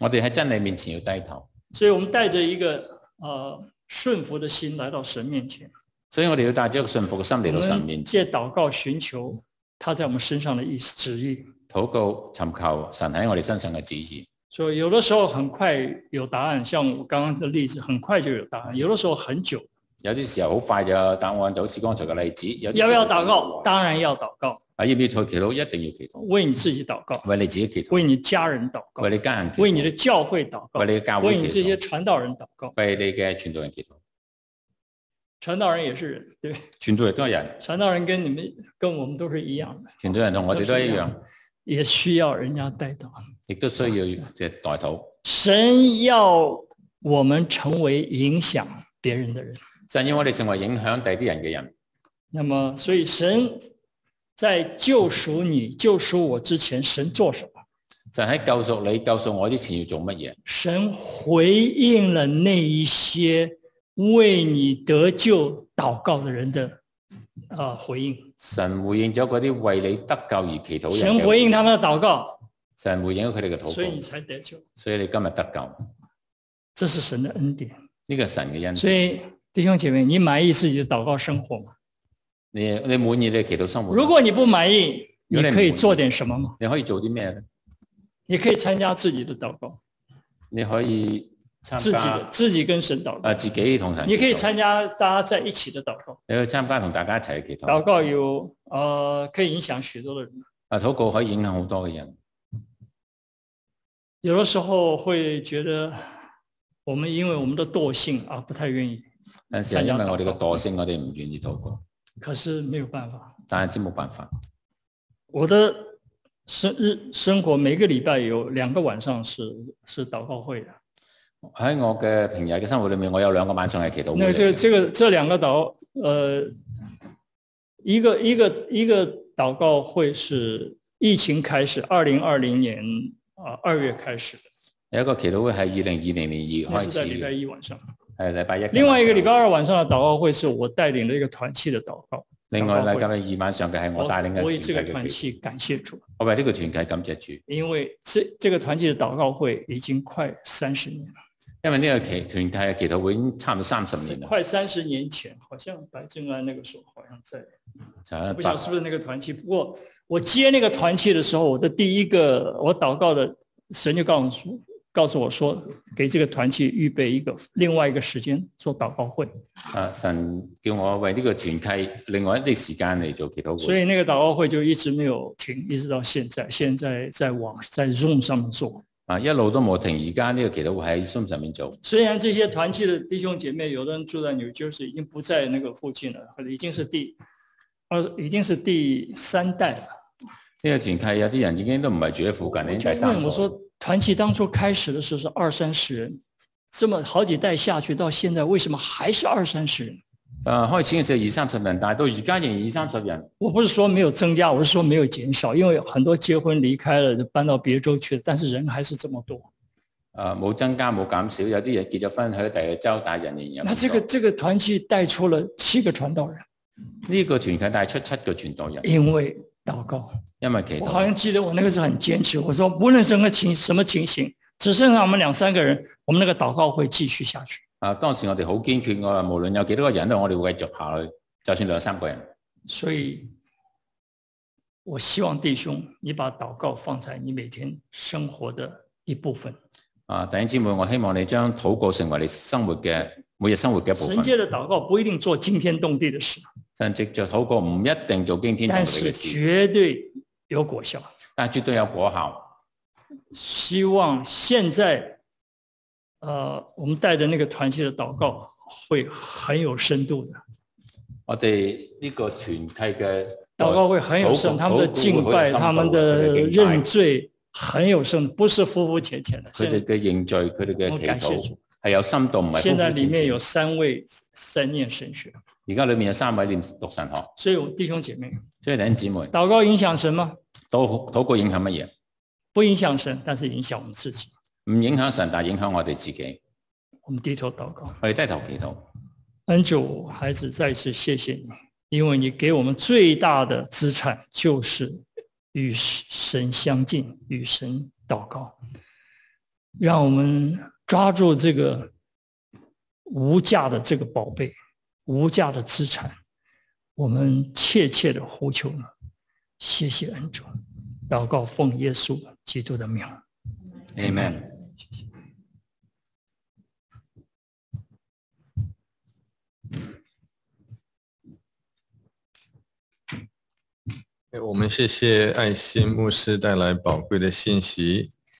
B: 我哋喺真理面前要低頭，
C: 所以，我们带着一个呃顺服的心来到神面前，
B: 所以我哋要帶住一個信服嘅心嚟
C: 我
B: 到神
C: 们
B: 面前
C: 借祷告寻求他在我们身上的意思旨意。
B: 禱告，尋求神喺我哋身上嘅旨意。
C: 所以，有的时候很快有答案，像我刚刚的例子，很快就有答案；有的时候很久。
B: 有啲時候好快就有答案，就好似剛才嘅例子。有啲時
C: 要
B: 候
C: 不要祷告？？当然要祷告，
B: 啊，要唔要去祈禱？一定要祈禱，
C: 为你自己祷告，
B: 為你自己祈禱，
C: 为你家人祷告
B: 為。你家人祈禱，
C: 为你的教会祷告
B: 為，你嘅教
C: 为
B: 會
C: 你
B: 祈
C: 这些
B: 禱，
C: 传道人祷告。
B: 為你嘅傳道人祈禱。
C: 传道人也是人，对不对，
B: 傳道亦都係人，
C: 传道人跟你们跟我们都是一样的，
B: 傳道人同我哋都一樣，
C: 也需要人家带到。
B: 亦都需要即係代禱。
C: 神要我们成为影响别人的人。
B: 神要我哋成為影響第啲人嘅人。
C: 那么，所以神在救赎你、救赎我之前，神做什么？
B: 神喺救赎你、救赎我之前要做乜嘢？
C: 神回应了那一些为你得救祷告的人的啊、呃回应。
B: 神回應咗嗰啲為你得救而祈禱人
C: 神
B: 嘅
C: 回应他们的祷告，
B: 神回應咗佢哋嘅禱
C: 所以你
B: 告，
C: 才得救。
B: 所以你今日得救。
C: 这是神的恩典。
B: 呢個係神嘅恩
C: 所
B: 典。
C: 以弟兄姐妹，你满意自己的祷告生活吗？
B: 你你滿意你嘅祈禱生活？
C: 如果你不满意，你
B: 有点
C: 可以
B: 不满意
C: 做点什么吗？
B: 你可以做啲咩咧？
C: 你可以参加自己的祷告，
B: 你可以參
C: 自己
B: 加
C: 的自己跟神祷告。
B: 啊自己同神祈禱。
C: 你可以參加大家在一起的祷告，
B: 你去參加同大家一齊嘅祈
C: 祷
B: 禱。
C: 告有呃可以影响许多的人，
B: 啊，禱告可以影響好多嘅人。
C: 有的时候会觉得我们因为我们的惰性啊不太愿意，
B: 有陣時係因為我哋嘅惰性，我哋唔願意禱告，
C: 可是没有办法，
B: 但係真冇辦法。
C: 我的生日生活每个礼拜有两个晚上是是祷告会的，
B: 喺我嘅平日嘅生活裏面，我有兩個晚上係祈禱會
C: 那
B: 嚟
C: 这个
B: 嘅。
C: 这个这两个祷呃，一个一个一个祷告会是疫情开始，二零二零年啊二月开始的，
B: 有一個祈禱會係二零二零年
C: 那
B: 二
C: 是
B: 開始
C: 在礼拜
B: 嘅，
C: 一晚上。
B: 係禮拜一嘅晚上。
C: 另外一个礼拜二晚上的祷告会是我帶領了一个团契的禱告，
B: 另外禮拜二晚上嘅係我帶領嘅
C: 我为
B: 團
C: 这
B: 體
C: 哦个团
B: 嘅祈禱，
C: 契感谢主，
B: 我為呢個團體感謝主，
C: 因为这这个团契的禱告會已經快三十年了，
B: 因為呢個祈團體嘅祈禱會已經差唔多三十
C: 是
B: 年啦，
C: 快三十年前，好像白正安那個時候好像在，
B: 就
C: 我不
B: 係
C: 曉得
B: 八
C: 是不是那个团契。不過我接那个团契的時候，我的第一個我禱告的神就告诉告诉我说，给这个团契預備一個另外一個時間做禱告會，
B: 啊神叫我為呢個團契另外一啲時間嚟做祈禱
C: 所
B: 會，
C: 以那個禱告會就一直沒有停，一直到現在，現在在網在 Zoom 上面做。
B: 啊一路都冇停，而家呢個祈禱會喺 Zoom 上面做，
C: 虽然这些团契的弟兄姐妹，有的人住在纽约市，已经不在那个附近了，或者已经是第二，已经是第三代了。
B: 呢個團契有啲人已經都唔係住喺附近，
C: 我
B: 已經
C: 就
B: 第
C: 问
B: 三
C: 我说
B: 個。，
C: 团契当初开始的时候是二三十人，这么好几代下去，到现在为什么还是二三十人？
B: 啊，開始嘅時候二三十人，但係到而家仍然二三十人。
C: 我不是说没有增加，我是说没有减少，因为很多结婚离开了，就搬到别州去了，但是人还是这么多。
B: 啊，冇增加冇減少，有啲人結咗婚去咗第二個州，但係人仍然有
C: 那
B: 咁
C: 这
B: 多。
C: 个这个团契带出了七个传道人，
B: 呢個團契帶出七個傳道人，
C: 因为祷告。
B: 因為祈
C: 我
B: 禱。
C: 好像记得我那个时候很坚持，我说无论什么情什么情形，只剩下我们两三个人，我们那个祷告会继续下去。
B: 啊，當時我哋好堅決，我話無論有幾多個人都好，我哋會繼續下去，就算兩三個人。
C: 所以，我希望弟兄，你把祷告放在你每天生活的一部分。
B: 啊，弟兄姊妹，我希望你將禱告成為你生活嘅每日生活嘅一部
C: 神
B: 分。
C: 界的祷告不一定做惊天动地的事，
B: 但藉着禱告唔一定做驚天動
C: 但
B: 地嘅
C: 是
B: 事，
C: 绝对有果效。
B: 但絕對有果效。
C: 希望现在，呃，我们带着那个团契的祷告会很有深度的。
B: 我哋呢個團契嘅
C: 祷告会很有
B: 祷
C: 圣，
B: 告
C: 他们的敬拜，
B: 祷告
C: 他们的认罪很有圣，不是肤肤浅浅的。
B: 佢哋嘅
C: 现
B: 認罪，佢哋
C: 我
B: 嘅
C: 感
B: 祈
C: 謝主
B: 禱係有深度，唔係
C: 现
B: 膚
C: 在
B: 膚
C: 里
B: 淺
C: 面
B: 淺
C: 有三位在念神学，
B: 而家裏面有三位念讀神學，
C: 所以我弟兄姐妹，
B: 所以弟兄姊妹，
C: 祷告影响神吗？
B: 禱禱告影響乜嘢？
C: 不影响神，但是影响我们自己。
B: 唔影響神，但係影響我哋自己。
C: 我们低头祷告，
B: 我哋低頭祈禱。
C: 恩主，孩子再次谢谢你，因为你给我们最大的资产就是与神相近，与神祷告，让我们抓住这个无价的这个宝贝，无价的资产，我们切切的呼求你，谢谢恩主，祷告奉耶稣基督的名。
B: Amen。
A: 我们谢谢爱心牧师带来宝贵的信息。